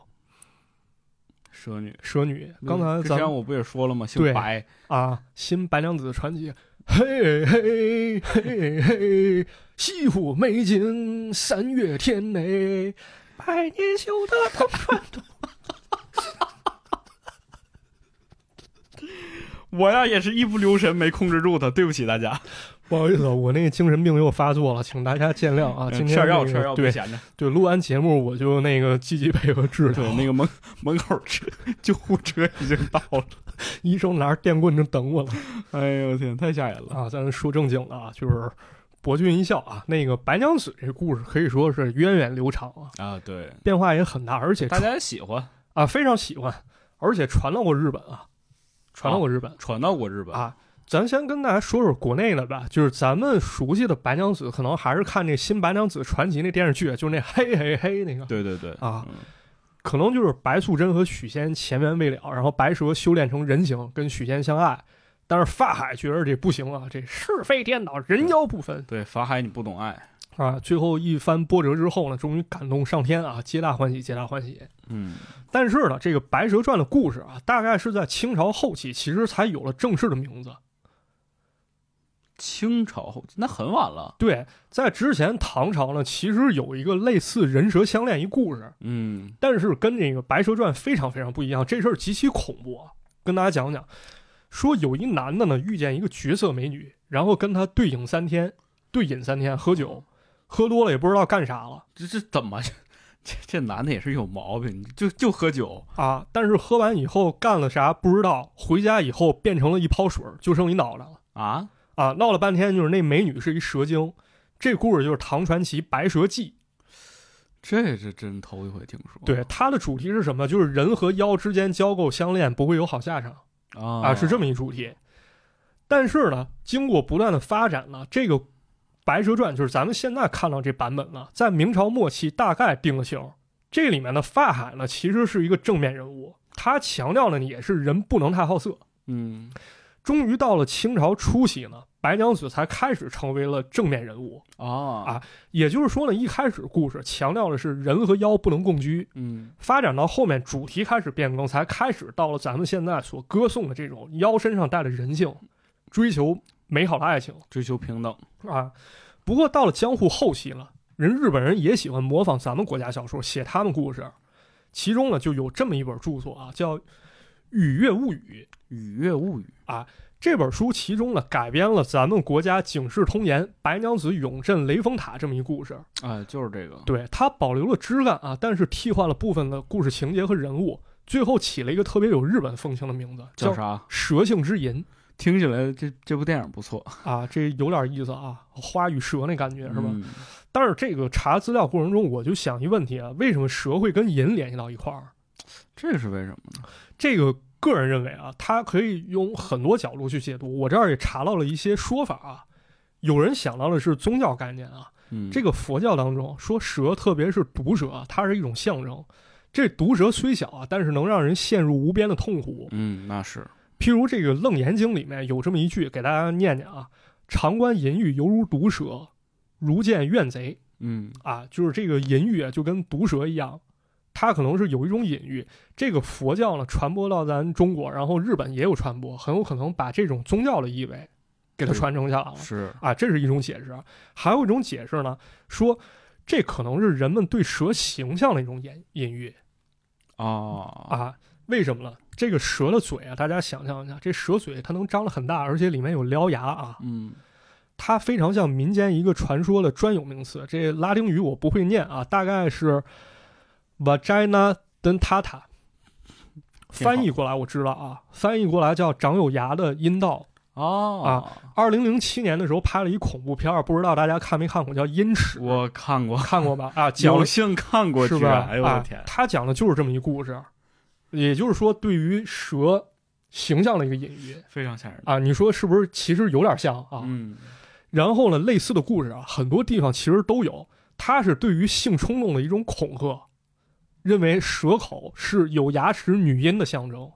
蛇女。
蛇女，刚才
嗯之
咱
前
们
我不也说了吗？姓
对
白，
啊，《新白娘子传奇》，嘿嘿嘿嘿，西湖美景三月天嘞，百年修得同船渡。
我呀也是一不留神没控制住他，对不起大家。
不好意思啊，我那个精神病又发作了，请大家见谅啊。今天
吃点药
那
吃
个
点药，别
对
闲着。
对，录完节目我就那个积极配合治疗。
对，那个门门口吃救护车已经到了。
医生拿着电棍就等我了
哎呦我天，太吓人了。
啊！咱说正经的啊，就是博君一笑啊。那个白娘子这故事可以说是源远流长啊，
啊，对，
变化也很大，而且
大家也喜欢，
啊非常喜欢，而且传到过日本啊，传到过日本
传到过日本
啊。。咱先跟大家说说国内的吧，就是咱们熟悉的白娘子，可能还是看那《新白娘子传奇》那电视剧，就是那嘿嘿嘿那个，
对对对
啊，
嗯
可能就是白素贞和许仙前缘未了，然后白蛇修炼成人形，跟许仙相爱。但是法海觉得这不行啊，这是非颠倒，人妖不分
对法海你不懂爱。
啊！最后一番波折之后呢，终于感动上天啊，皆大欢喜，皆大欢喜。
嗯
但是呢，这个《白蛇传》的故事啊，大概是在清朝后期，其实才有了正式的名字。
清朝后那很晚了。
对，在之前唐朝呢，其实有一个类似人蛇相恋一故事，
嗯，
但是跟这个《白蛇传》非常非常不一样，这事儿极其恐怖啊！跟大家讲讲，说有一男的呢遇见一个绝色美女，然后跟她对饮三天，对饮三天喝酒，喝多了也不知道干啥了
这这怎么 这这男的也是有毛病，就就喝酒。
啊！但是喝完以后干了啥不知道，回家以后变成了一泡水儿，就剩一脑袋了
啊，
啊！闹了半天就是那美女是一蛇精，这故事就是唐传奇《白蛇记》。
这是真头一回听说。
对，它的主题是什么？就是人和妖之间交媾相恋不会有好下场。
啊
啊，是这么一主题。但是呢，经过不断的发展呢，这个《白蛇传》就是咱们现在看到这版本了，在明朝末期大概定了型。这里面的法海呢，其实是一个正面人物，他强调的也是人不能太好色。
嗯，
终于到了清朝初期呢，白娘子才开始成为了正面人物。
哦
啊也就是说呢，一开始故事强调的是人和妖不能共居，
嗯
发展到后面主题开始变更，才开始到了咱们现在所歌颂的这种妖身上带的人性，追求美好的爱情
追求平等。
啊。不过到了江户后期了，人日本人也喜欢模仿咱们国家小说，写他们故事。其中呢，就有这么一本著作啊，叫《雨月物语》。
雨月物语
这本书其中呢，改编了咱们国家《警世通言》白娘子永镇雷峰塔这么一故事。
啊，就是这个。
对，它保留了枝干啊，但是替换了部分的故事情节和人物，最后起了一个特别有日本风情的名字，
叫
叫《
啥？
蛇性之银
听起来这这部电影不错，》
啊，这有点意思啊，花与蛇那感觉是吧？
嗯
但是这个查资料过程中，我就想一问题啊，为什么蛇会跟银联系到一块儿？
这是为什么呢？
这个个人认为啊，它可以用很多角度去解读。我这儿也查到了一些说法啊，有人想到的是宗教概念啊，
嗯，
这个佛教当中说蛇，特别是毒蛇啊，它是一种象征。这毒蛇虽小啊，但是能让人陷入无边的痛苦。
嗯，那是
譬如这个《楞严经》里面有这么一句，给大家念念啊：“常观淫欲，犹如毒蛇，如见怨贼。”
嗯
啊，就是这个隐喻啊，就跟毒蛇一样，它可能是有一种隐喻。这个佛教呢，传播到咱中国，然后日本也有传播，很有可能把这种宗教的意味给它
对
传承下来了。
嗯是
啊，这是一种解释。还有一种解释呢，说这可能是人们对蛇形象的一种隐隐喻
哦
啊。为什么呢？这个蛇的嘴啊，大家想象一下，这蛇嘴它能张得很大，而且里面有獠牙啊。
嗯
它非常像民间一个传说的专有名词，这拉丁语我不会念啊，大概是 vagina
挺
dentata，
好
翻译过来我知道啊，翻译过来叫长有牙的阴道。
哦
二零零七年的时候拍了一恐怖片儿，不知道大家看没看过，叫《阴尺》，
我看过，
看过吧？啊，讲
有
了
幸看过，
是
居
吧
然？哎呦我
啊
的天，，
他讲的就是这么一故事，也就是说，对于蛇形象的一个隐喻
非常吓人
啊，你说是不是？其实有点像啊，
嗯
然后呢，类似的故事啊，很多地方其实都有。它是对于性冲动的一种恐吓，认为蛇口是有牙齿女阴的象征，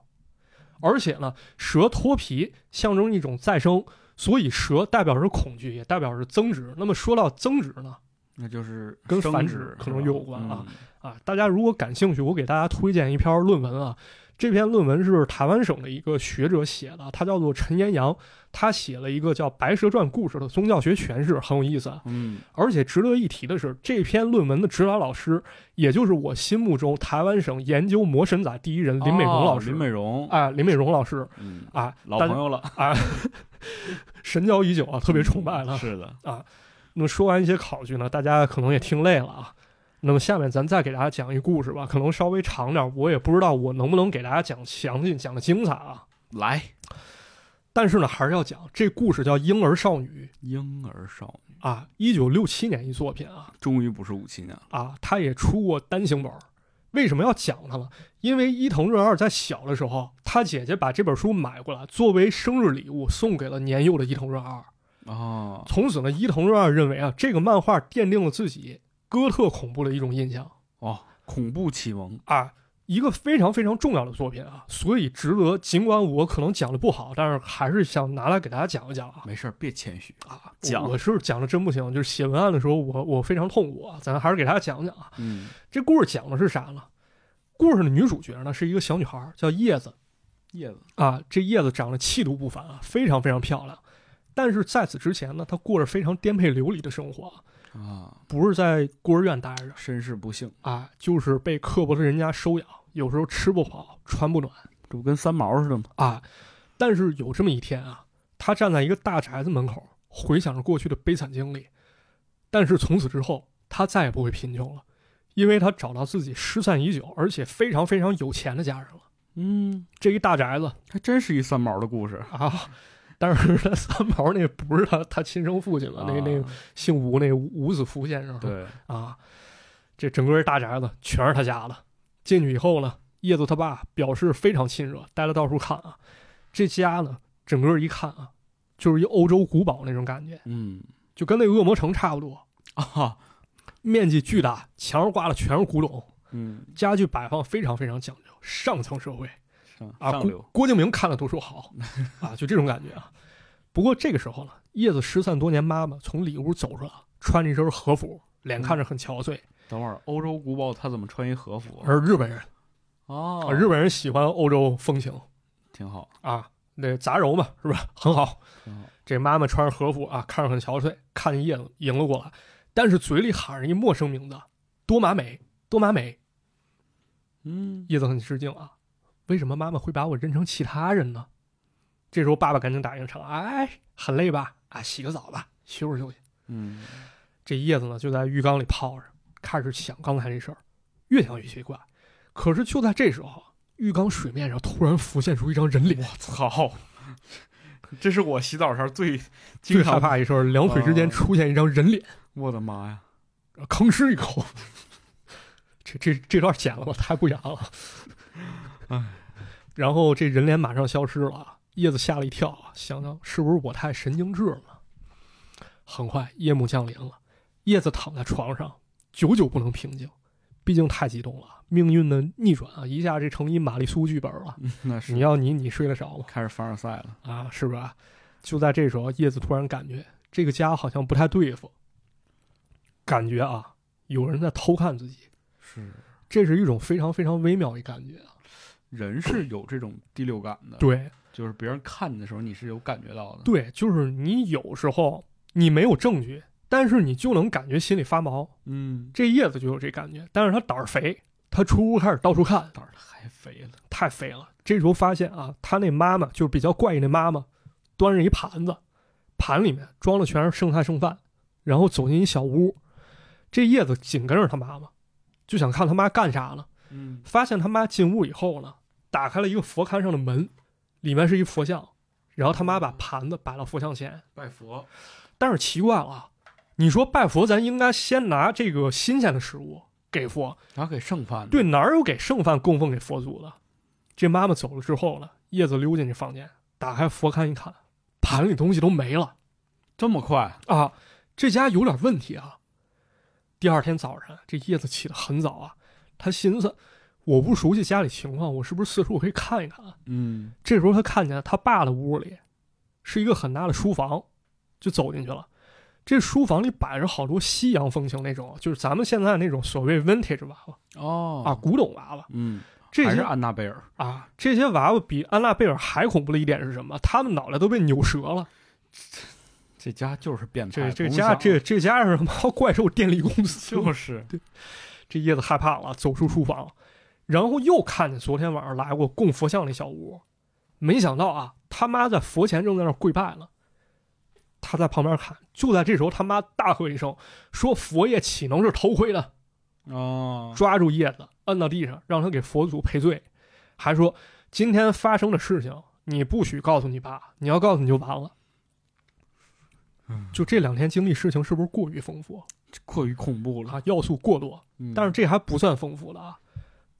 而且呢，蛇脱皮象征一种再生，所以蛇代表着恐惧，也代表着增值。那么说到增值呢，
那就是
跟
生
繁
殖
殖可
是
能
吧
有关啊
嗯
啊，大家如果感兴趣，我给大家推荐一篇论文啊。这篇论文是台湾省的一个学者写的，他叫做陈延阳，他写了一个叫《白蛇传》故事的宗教学诠释，很有意思啊。
嗯，
而且值得一提的是，这篇论文的指导老师，也就是我心目中台湾省研究魔神仔第一人林美荣老
哦
师。
林美容，
啊，林美荣老师
嗯，
啊，
老
但
朋友了，
神交已久啊，特别崇拜他。
嗯是的，
那么说完一些考据呢，大家可能也听累了啊。那么下面咱再给大家讲一故事吧，可能稍微长点儿，我也不知道我能不能给大家讲详尽、讲的精彩啊。
来，
但是呢，还是要讲这故事叫《婴儿少女
婴儿少女》
啊，一九六七年一作品啊。
终于不是武器年了，
啊，他也出过单行本儿。为什么要讲他了？因为伊藤润二在小的时候，他姐姐把这本书买过来，作为生日礼物送给了年幼的伊藤润二。
哦，
从此呢，伊藤润二认为啊，这个漫画奠定了自己哥特恐怖的一种印象
哦，恐怖启蒙，
啊，一个非常非常重要的作品啊，所以值得。尽管我可能讲的不好，但是还是想拿来给大家讲一讲啊。
没事儿，别谦虚，
啊，
讲
我是讲的真不行，就是写文案的时候我我非常痛苦啊，咱还是给大家讲讲啊。
嗯，
这故事讲的是啥呢？故事的女主角呢是一个小女孩，叫叶子
叶子，
啊。这叶子长得气度不凡啊，非常非常漂亮。但是在此之前呢，她过着非常颠沛流离的生活，
啊，
不是在孤儿院待着
身世不幸，
啊，就是被刻薄的人家收养，有时候吃不饱，穿不暖
这不跟三毛似的吗？
啊。但是有这么一天啊，她站在一个大宅子门口，回想着过去的悲惨经历。但是从此之后，她再也不会贫穷了，因为她找到自己失散已久而且非常非常有钱的家人了。
嗯，
这一大宅子
还真是一三毛的故事，
啊，但是他三毛那不是他他亲生父亲嘛，那那
啊
姓吴那吴吴子福先生，
对，
啊，这整个大宅子全是他家的。进去以后呢，叶子他爸表示非常亲热，带他到处看啊。这家呢，整个一看啊，就是一欧洲古堡那种感觉，
嗯，
就跟那恶魔城差不多，
啊，
面积巨大，墙上挂的全是古董，
嗯，
家具摆放非常非常讲究，上层社会。
上
啊，
上
郭
流，
郭敬明看了都说 好啊，就这种感觉啊。不过这个时候呢，叶子失散多年，妈妈从里屋走出来，穿着一身和服，脸看着很憔悴。
等会儿欧洲古堡他怎么穿一和服？
而日本人，
哦
啊，，日本人喜欢欧洲风情
挺好，
啊，那杂糅嘛，是吧？很好。
挺好，
这妈妈穿着和服啊，看着很憔悴，看见叶子迎了过来，但是嘴里喊着一陌生名字：多玛美，多玛美。
嗯，
叶子很吃惊啊，为什么妈妈会把我认成其他人呢？这时候爸爸赶紧打圆场，哎，很累吧？啊，洗个澡吧，休息休息。
嗯，
这叶子呢就在浴缸里泡着，开始想刚才这事儿，越想越奇怪。可是就在这时候，浴缸水面上突然浮现出一张人脸，
操！这是我洗澡时候最
最
经
害
常，
怕一事儿，两腿之间
哦
出现一张人脸，
我的妈呀！
吭哧一口。这这这段剪了吧，太不雅了。然后这人脸马上消失了，叶子吓了一跳，想想是不是我太神经质了。很快夜幕降临了，叶子躺在床上，久久不能平静，毕竟太激动了。命运的逆转啊，一下这成一玛丽苏剧本了。
嗯 那
你
是
要你你睡得着吗？
开始凡尔赛了，
啊，是吧？就在这时候，叶子突然感觉这个家好像不太对付，感觉啊有人在偷看自己，
是
这是一种非常非常微妙的感觉啊。
人是有这种第六感的，，
对
就是别人看你的时候，你是有感觉到的，
对，就是你有时候你没有证据，但是你就能感觉心里发毛。
嗯，
这叶子就有这感觉，但是他胆儿肥，他出屋开始到处看，
胆儿太肥了，
太肥了。这时候发现啊，他那妈妈就是比较怪异那妈妈，端着一盘子，盘里面装的全是剩菜剩饭，然后走进一小屋。这叶子紧跟着他妈妈，就想看他妈干啥呢。
嗯，
发现他妈进屋以后呢，打开了一个佛龛上的门，里面是一佛像，然后他妈把盘子摆到佛像前。
拜佛，
但是奇怪了啊，你说拜佛，咱应该先拿这个新鲜的食物给佛，
然后给剩饭，
对，，哪儿有给剩饭供奉给佛祖的？这妈妈走了之后呢，叶子溜进这房间，打开佛龛一看，盘里东西都没了
这么快，
啊！这家有点问题啊！第二天早上，这叶子起得很早啊，她寻思，我不熟悉家里情况，我是不是四处可以看一看啊？
嗯，
这时候她看见她爸的屋里是一个很大的书房，就走进去了。这书房里摆着好多西洋风情那种，就是咱们现在那种所谓 vintage 娃娃
哦，
啊，，古董娃娃。
嗯，
这
还
些
是安娜贝尔，
啊，这些娃娃比安娜贝尔还恐怖的一点是什么？他们脑袋都被扭折了。
这家就是变态
这，这
甭
家
想
这这家是什么 怪兽电力公司？
就是
这叶子害怕了，走出书房，然后又看见昨天晚上来过供佛像那小屋，没想到啊，他妈在佛前正在那儿跪拜呢。他在旁边看，就在这时候，他妈大喝一声，说：“佛爷岂能是头盔的？”
哦，
抓住叶子摁到地上，让他给佛祖赔罪，还说今天发生的事情你不许告诉你爸，你要告诉你就完了。
嗯
就这两天经历事情是不是过于丰富
过于恐怖了，
啊？要素过多，
嗯
但是这还不算丰富了啊。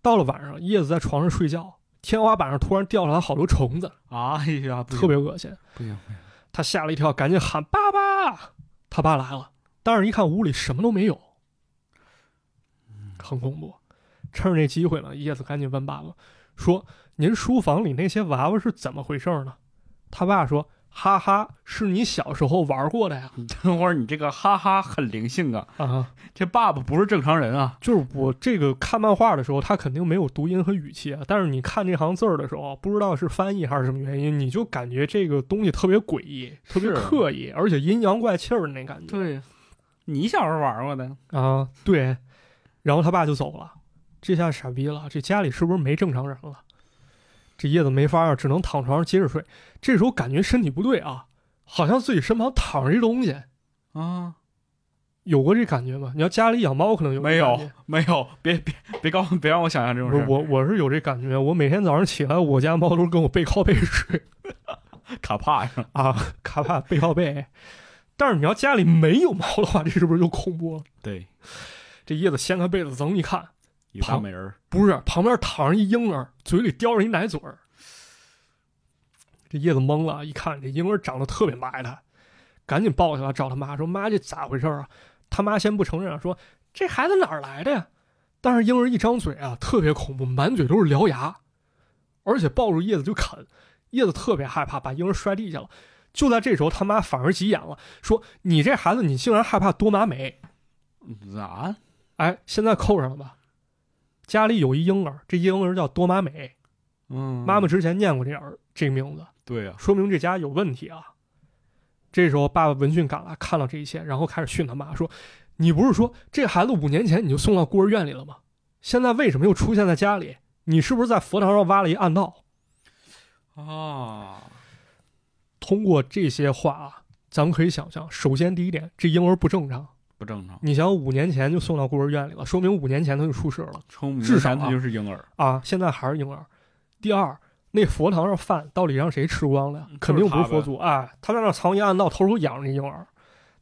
到了晚上，叶子在床上睡觉，天花板上突然掉下来好多虫子，
哎呀，不行
特别恶心。
不行，不行
他吓了一跳，赶紧喊爸爸。他爸来了，但是一看屋里什么都没有，
嗯
很恐怖。趁着这机会呢，叶子赶紧问爸爸说：“您书房里那些娃娃是怎么回事呢？”他爸说：“哈哈，是你小时候玩过的呀。
你 等会儿你这个哈哈很灵性啊，”
啊，
这爸爸不是正常人啊，
就是我这个看漫画的时候，他肯定没有读音和语气啊，但是你看这行字儿的时候，啊不知道是翻译还是什么原因，你就感觉这个东西特别诡异、特别
是啊
刻意，而且阴阳怪气儿的那感觉。
对，你小时候玩过的，
啊，对，然后他爸就走了，这下傻逼了，这家里是不是没正常人了？这叶子没法啊，只能躺床上接着睡。这时候感觉身体不对啊，好像自己身旁躺着一东西，
啊，
有过这感觉吗？你要家里养猫，可能有这
没
感
有
觉
没有，别别别告别让我想象这种
不
事
是
儿，
我，我是有这感觉。我每天早上起来，我家猫都是跟我背靠背睡
卡帕 上，
啊，卡帕背靠背。但是你要家里没有猫的话，这是不是就恐怖了？
对，
这叶子掀开被子，噌一看，
一大
旁
美人儿，
不是，旁边躺着一婴儿，嘴里叼着一奶嘴儿。这叶子懵了，一看这婴儿长得特别埋汰，赶紧抱起来找他妈说：“妈，这咋回事儿啊？”他妈先不承认，说：“这孩子哪儿来的呀？”但是婴儿一张嘴啊，特别恐怖，满嘴都是獠牙，而且抱住叶子就啃。叶子特别害怕，把婴儿摔地下了。就在这时候，他妈反而急眼了，说：“你这孩子，你竟然害怕多玛美！”
嗯咋？
哎，现在扣上了吧？家里有一婴儿，这婴儿叫多玛美，
嗯，
妈妈之前念过这儿这个名字，
对呀，
说明这家有问题啊。这时候爸爸闻讯赶来，看到这一切，然后开始训他妈说：“你不是说这孩子五年前你就送到孤儿院里了吗？现在为什么又出现在家里？你是不是在佛堂上挖了一暗道
啊，？”
通过这些话啊，咱们可以想象，首先第一点，这婴儿不正常。
不正常，
你想，五年前就送到孤儿院里了，说明五年前他就出事了。
从五
至
年
少
前他
啊
就是婴儿，
啊，现在还是婴儿。第二，那佛堂上饭到底让谁吃光了呀？肯定不嗯是佛祖啊！他在那藏阴暗道偷偷养着这婴儿，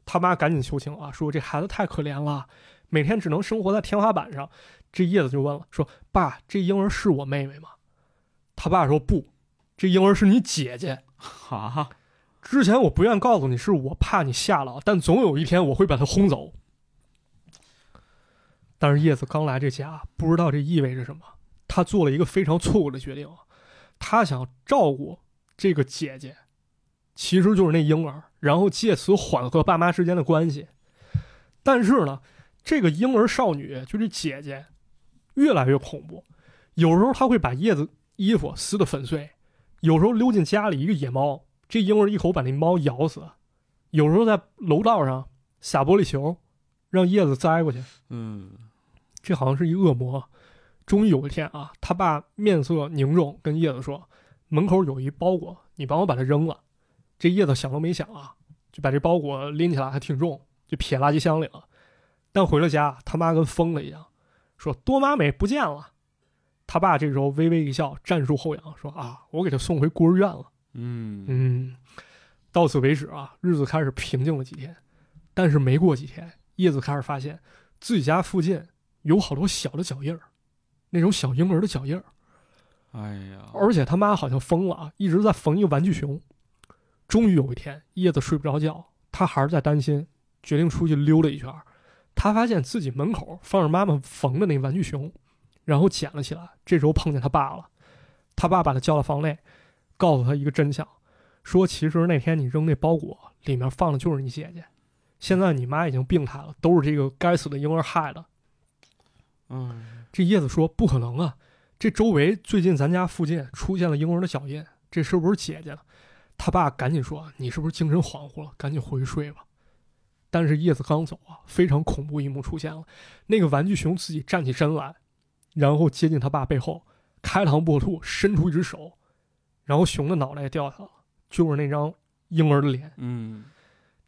他妈赶紧求情啊，说这孩子太可怜了，每天只能生活在天花板上，这叶子就问了，说：“爸，这婴儿是我妹妹吗？”他爸说：“不，这婴儿是你姐姐。
哈，
之前我不愿告诉你，是我怕你吓了，但总有一天我会把她轰走。”但是叶子刚来这家，不知道这意味着什么。他做了一个非常错误的决定，他想照顾这个姐姐，其实就是那婴儿，然后借此缓和爸妈之间的关系。但是呢，这个婴儿少女就这姐姐，越来越恐怖。有时候她会把叶子衣服撕得粉碎，有时候溜进家里一个野猫，这婴儿一口把那猫咬死。有时候在楼道上撒玻璃球，让叶子栽过去。
嗯，
这好像是一恶魔。终于有一天啊，他爸面色凝重，跟叶子说：“门口有一包裹，你帮我把它扔了。”这叶子想都没想啊，就把这包裹拎起来，还挺重，就撇垃圾箱里了。但回了家，他妈跟疯了一样，说：“多妈美不见了。”他爸这时候微微一笑，战术后仰，说：“啊，我给他送回孤儿院了。”
嗯，
嗯，到此为止啊，日子开始平静了几天。但是没过几天，叶子开始发现自己家附近有好多小的脚印儿，那种小婴儿的脚印儿。
哎呀，
而且他妈好像疯了啊，一直在缝一个玩具熊。终于有一天，叶子睡不着觉，他还是在担心，决定出去溜达一圈儿。他发现自己门口放着妈妈缝的那玩具熊，然后捡了起来。这时候碰见他爸了，他爸把他叫到房内，告诉他一个真相，说其实那天你扔那包裹里面放的就是你姐姐，现在你妈已经病态了，都是这个该死的婴儿害的。
嗯，
这叶子说：“不可能啊，这周围最近咱家附近出现了婴儿的脚印，这是不是姐姐了？”他爸赶紧说：“你是不是精神恍惚了？赶紧回去睡吧。”但是叶子刚走啊，非常恐怖一幕出现了，那个玩具熊自己站起身来，然后接近他爸背后，开膛破肚，伸出一只手，然后熊的脑袋也掉下来了，就是那张婴儿的脸。
嗯，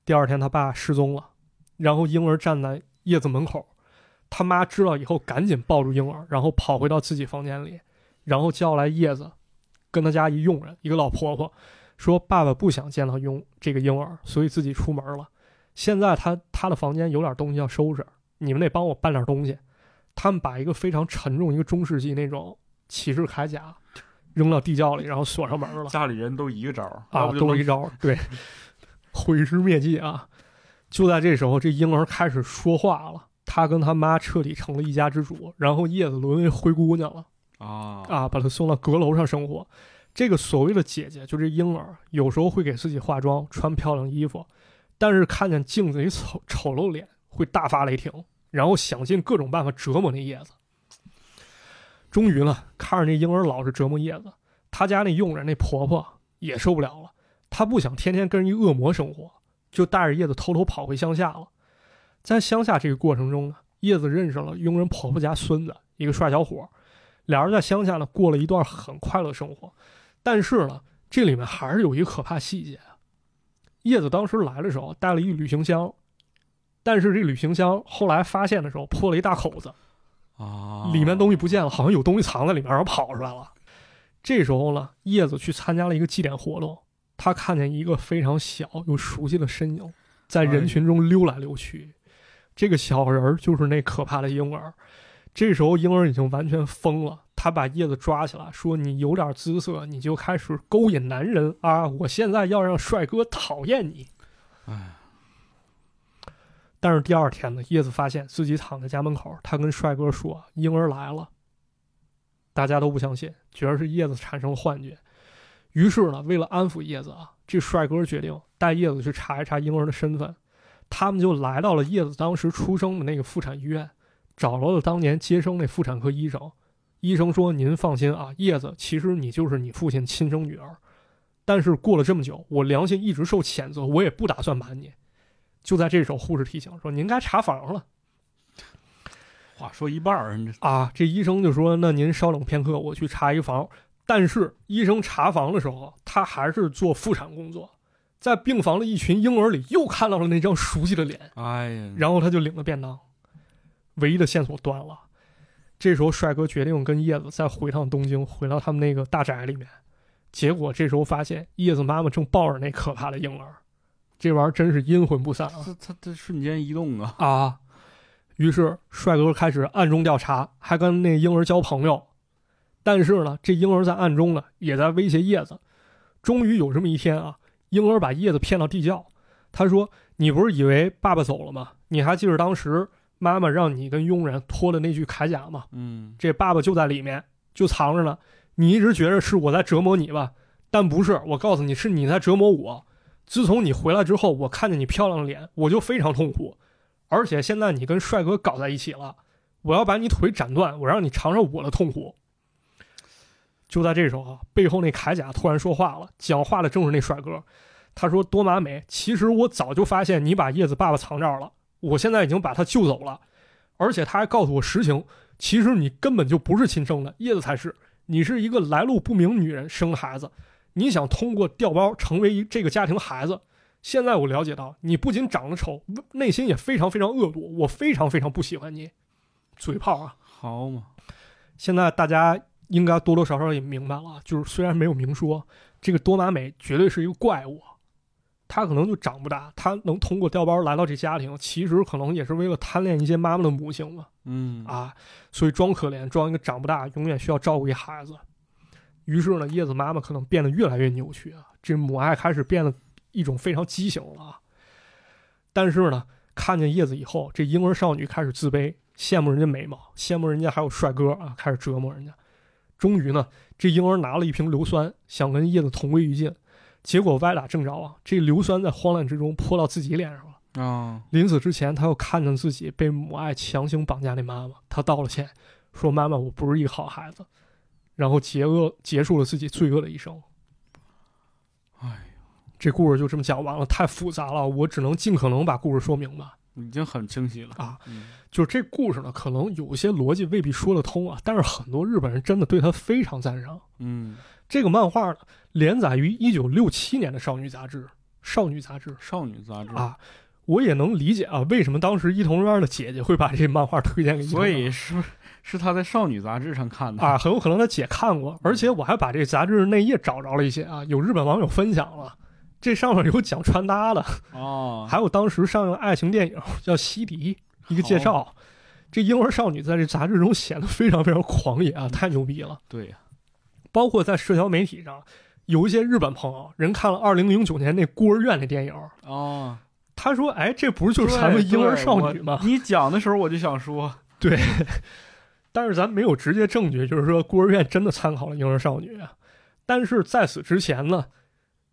第二天他爸失踪了，然后婴儿站在叶子门口，他妈知道以后赶紧抱住婴儿，然后跑回到自己房间里，然后叫来叶子，跟他家一佣人，一个老婆婆，说爸爸不想见到佣这个婴儿，所以自己出门了。现在他他的房间有点东西要收拾，你们得帮我搬点东西。他们把一个非常沉重一个中世纪那种骑士铠甲扔到地窖里，然后锁上门了。
家里人都一个招儿要
啊，
不就
都
扔
是一招儿，对， 毁尸灭迹啊！就在这时候，这婴儿开始说话了，他跟他妈彻底成了一家之主，然后叶子沦为灰姑娘了
啊
啊，把她送到阁楼上生活。这个所谓的姐姐，就这婴儿，有时候会给自己化妆，穿漂亮衣服，但是看见镜子里丑丑陋脸，会大发雷霆，然后想尽各种办法折磨那叶子。终于呢，看着那婴儿老是折磨叶子，他家那佣人那婆婆也受不了了，她不想天天跟一恶魔生活，就带着叶子偷偷跑回乡下了。在乡下这个过程中呢，叶子认识了佣人婆婆家孙子，一个帅小伙，俩人在乡下呢过了一段很快乐的生活。但是呢，这里面还是有一个可怕细节啊。叶子当时来的时候带了一旅行箱，但是这旅行箱后来发现的时候破了一大口子，
啊，
里面东西不见了，好像有东西藏在里面，然后跑出来了。这时候呢，叶子去参加了一个祭典活动，他看见一个非常小又熟悉的身影在人群中溜来溜去。这个小人儿就是那可怕的婴儿。这时候婴儿已经完全疯了，他把叶子抓起来，说：“你有点姿色，你就开始勾引男人啊！我现在要让帅哥讨厌你。”
哎，
但是第二天呢，叶子发现自己躺在家门口，他跟帅哥说婴儿来了，大家都不相信，觉得是叶子产生了幻觉。于是呢，为了安抚叶子啊，这帅哥决定带叶子去查一查婴儿的身份。他们就来到了叶子当时出生的那个妇产医院，找到了当年接生那妇产科医生。医生说：“您放心啊，叶子，其实你就是你父亲亲生女儿。但是过了这么久，我良心一直受谴责，我也不打算瞒你。”就在这时候，护士提醒说：“您该查房了
话说一半儿，你这
啊！”这医生就说：“那您稍等片刻，我去查一房。”但是医生查房的时候，他还是做妇产工作，在病房的一群婴儿里又看到了那张熟悉的脸，
哎呀，
然后他就领了便当。唯一的线索断了。这时候，帅哥决定跟叶子再回趟东京，回到他们那个大宅里面。结果这时候发现，叶子妈妈正抱着那可怕的婴儿，这玩意儿真是阴魂不散啊！
这他这瞬间移动啊，
啊，于是帅哥开始暗中调查，还跟那婴儿交朋友。但是呢，这婴儿在暗中呢也在威胁叶子。终于有这么一天啊，婴儿把叶子骗到地窖，他说：“你不是以为爸爸走了吗？你还记得当时妈妈让你跟佣人脱了那具铠甲吗？
嗯
这爸爸就在里面，就藏着呢。你一直觉着是我在折磨你吧，但不是。我告诉你，是你在折磨我。自从你回来之后，我看见你漂亮的脸，我就非常痛苦。而且现在你跟帅哥搞在一起了，我要把你腿斩断，我让你尝尝我的痛苦。就在这时候啊，背后那铠甲突然说话了，讲话的正是那帅哥。他说：“多玛美，其实我早就发现你把叶子爸爸藏这儿了，我现在已经把他救走了，而且他还告诉我实情，其实你根本就不是亲生的，叶子才是。你是一个来路不明女人生孩子，你想通过调包成为一这个家庭孩子。现在我了解到，你不仅长得丑，内心也非常非常恶毒，我非常非常不喜欢你。嘴炮啊！
好嘛，
现在大家应该多多少少也明白了啊，就是虽然没有明说，这个多玛美绝对是一个怪物啊，她可能就长不大，她能通过调包来到这家庭，其实可能也是为了贪恋一些妈妈的母性嘛。
嗯，
啊，所以装可怜，装一个长不大，永远需要照顾一孩子。于是呢，叶子妈妈可能变得越来越扭曲啊，这母爱开始变得一种非常畸形了啊。但是呢，看见叶子以后，这婴儿少女开始自卑，羡慕人家美貌，羡慕人家还有帅哥啊，开始折磨人家。终于呢，这婴儿拿了一瓶硫酸，想跟叶子同归于尽，结果歪打正着啊，这硫酸在慌乱之中泼到自己脸上了。
啊，
临死之前，他又看见自己被母爱强行绑架那妈妈，他道了歉，说：“妈妈，我不是一个好孩子。”然后结恶结束了自己罪恶的一生。
哎，
这故事就这么讲完了，太复杂了，我只能尽可能把故事说明白
已经很清晰了。
啊。
嗯
就是这故事呢，可能有些逻辑未必说得通啊，但是很多日本人真的对他非常赞赏。
嗯，
这个漫画呢，连载于一九六七年的少女杂志《少女杂志》
少女杂志，
啊。我也能理解啊，为什么当时伊藤润二的姐姐会把这漫画推荐给伊藤
所
润二
以是不是是他在少女杂志上看的
啊，很有可能他姐看过，而且我还把这杂志内页找着了一些啊，有日本网友分享了，这上面有讲穿搭的，
哦，
还有当时上映的爱情电影叫《西迪》，一个介绍。这婴儿少女在这杂志中显得非常非常狂野啊，太牛逼了！
对呀，
包括在社交媒体上，有一些日本朋友人看了2009年那孤儿院那电影，
哦，
他说：“哎，这不就是咱们
对
婴儿
对
少
我
女吗？”
你讲的时候我就想说，
但是咱没有直接证据，就是说孤儿院真的参考了婴儿少女。啊但是在此之前呢，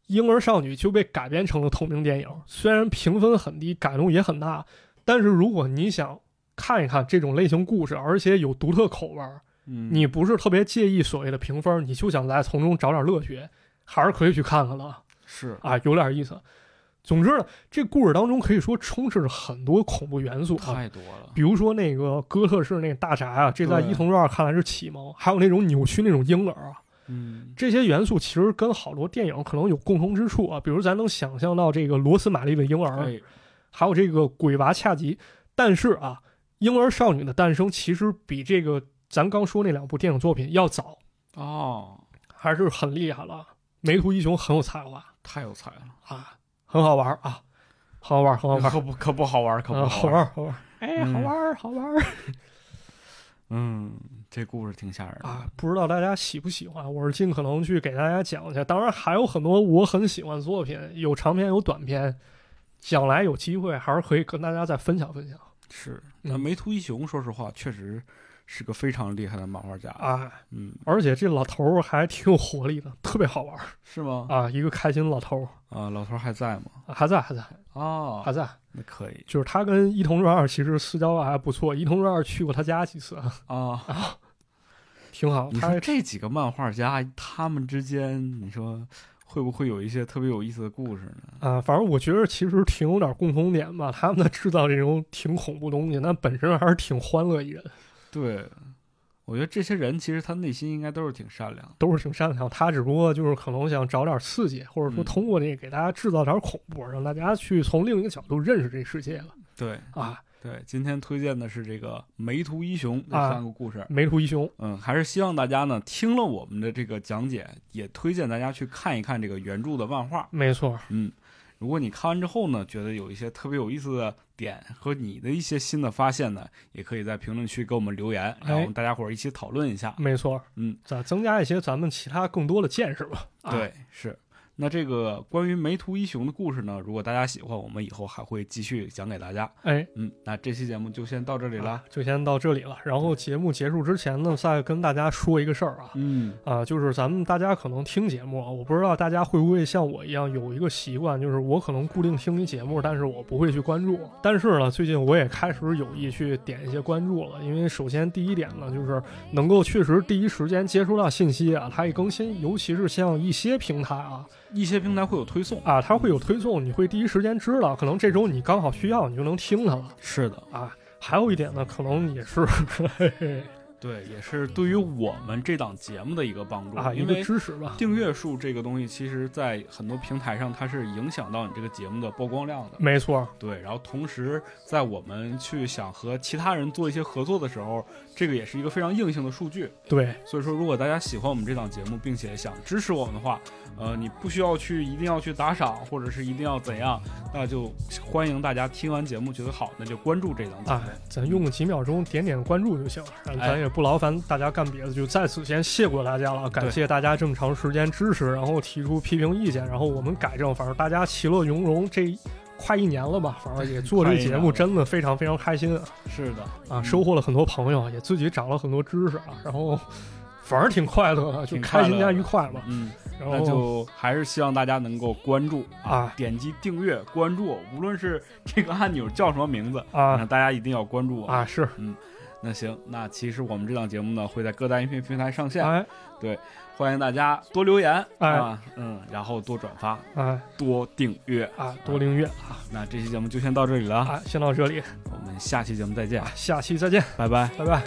婴儿少女就被改编成了同名电影，虽然评分很低，改动也很大，但是如果你想看一看这种类型故事，而且有独特口味儿，
嗯，
你不是特别介意所谓的评分，你就想来从中找点乐趣，还是可以去看看的
是
啊，有点意思。总之呢，这故事当中可以说充斥着很多恐怖元素啊，
太多了，
比如说那个哥特式那个大宅啊，这在
对
伊藤润二看来是启蒙，还有那种扭曲那种婴儿啊，
嗯
这些元素其实跟好多电影可能有共同之处啊，比如咱能想象到这个罗斯玛丽的婴儿，
哎
还有这个鬼娃恰吉，但是啊，婴儿少女的诞生其实比这个咱刚说那两部电影作品要早，
哦，
还是很厉害了。梅图一雄很有才华
太有才了，
啊，很好玩啊，很好玩，很好玩，
哦可不可不好玩，可
啊
不
好
玩，
玩，好玩，哎，
嗯
好玩，好玩。
嗯，这故事挺吓人的，
啊，不知道大家喜不喜欢，我是尽可能去给大家讲一下。当然还有很多我很喜欢的作品，有长篇有短篇，将来有机会还是可以跟大家再分享分享
是
嗯
那梅图一雄，说实话确实是个非常厉害的漫画家，
啊。
嗯，
而且这老头儿还挺有活力的，特别好玩儿
是吗？
啊，一个开心老头儿，
啊，老头儿还在吗？
啊还在还在还
哦，
在。
那可以
就是他跟伊藤润二其实私交还不错，伊藤润二去过他家几次，
啊。
挺好。
你
他
说这几个漫画家他们之间，你说会不会有一些特别有意思的故事呢？
啊，反正我觉得其实挺有点共同点吧，他们在制造这种挺恐怖东西，但本身还是挺欢乐一人。
对，我觉得这些人其实他内心应该都是挺善良的。
都是挺善良，他只不过就是可能想找点刺激，或者说
嗯
通过这个给大家制造点恐怖，让大家去从另一个角度认识这世界了
对
啊。
对，今天推荐的是这个《梅图一雄》这
啊
三个故事。
梅图一雄
嗯，还是希望大家呢听了我们的这个讲解，也推荐大家去看一看这个原著的漫画。
没错，
嗯，如果你看完之后呢，觉得有一些特别有意思的点和你的一些新的发现呢，也可以在评论区给我们留言，然后我们大家伙儿一起讨论一下。
没错，
嗯，
咱增加一些咱们其他更多的见识吧。啊，
对，是。那这个关于梅图一雄的故事呢，如果大家喜欢，我们以后还会继续讲给大家。
哎，
嗯，那这期节目就先到这里了。
啊就先到这里了。然后节目结束之前呢，再跟大家说一个事儿啊，
嗯
啊，就是咱们大家可能听节目啊，我不知道大家会不会像我一样有一个习惯，就是我可能固定听一节目，但是我不会去关注。但是呢，最近我也开始有意去点一些关注了，因为首先第一点呢，就是能够确实第一时间接收到信息啊，它一更新，尤其是像一些平台啊
一些平台会有推送。
啊，它会有推送，你会第一时间知道，可能这周你刚好需要，你就能听它了
是的，
啊。还有一点呢，可能也是
对，也是对于我们这档节目的一个帮助，
啊一
因
个
为
支持吧。
订阅数这个东西，其实在很多平台上它是影响到你这个节目的曝光量的。
没错，
对，然后同时在我们去想和其他人做一些合作的时候，这个也是一个非常硬性的数据。
对，
所以说，如果大家喜欢我们这档节目，并且想支持我们的话，呃，你不需要去一定要去打赏，或者是一定要怎样，那就欢迎大家听完节目觉得好，那就关注这档节目。
哎，咱用个几秒钟点点关注就行了，咱
哎
咱也不劳烦大家干别的，就在此先谢过大家了，感谢大家这么长时间支持，然后提出批评意见，然后我们改正，反正大家其乐融融，这一快一年了吧，反正也做这节目
快
真的非常非常开心啊
是的，
啊，收获了很多朋友，也自己长了很多知识啊，然后反正挺快乐的，就
挺
开
快
心
乐
加
的
愉快吧，
嗯，
然
那
后
就还是希望大家能够关注
啊
点击订阅关注我，无论是 这个按钮叫什么名字，那
啊
大家一定要关注我。
啊是，
那行，那其实我们这档节目呢会在各大音频平台上线，
哎
欢迎大家多留言、
哎
啊，嗯，然后多转发，
哎
多订阅。
啊，多订阅啊
那这
哎
期节目就先到这里了，
啊，先到这里，
我们下期节目再见，
下期再见，
拜拜。
拜拜。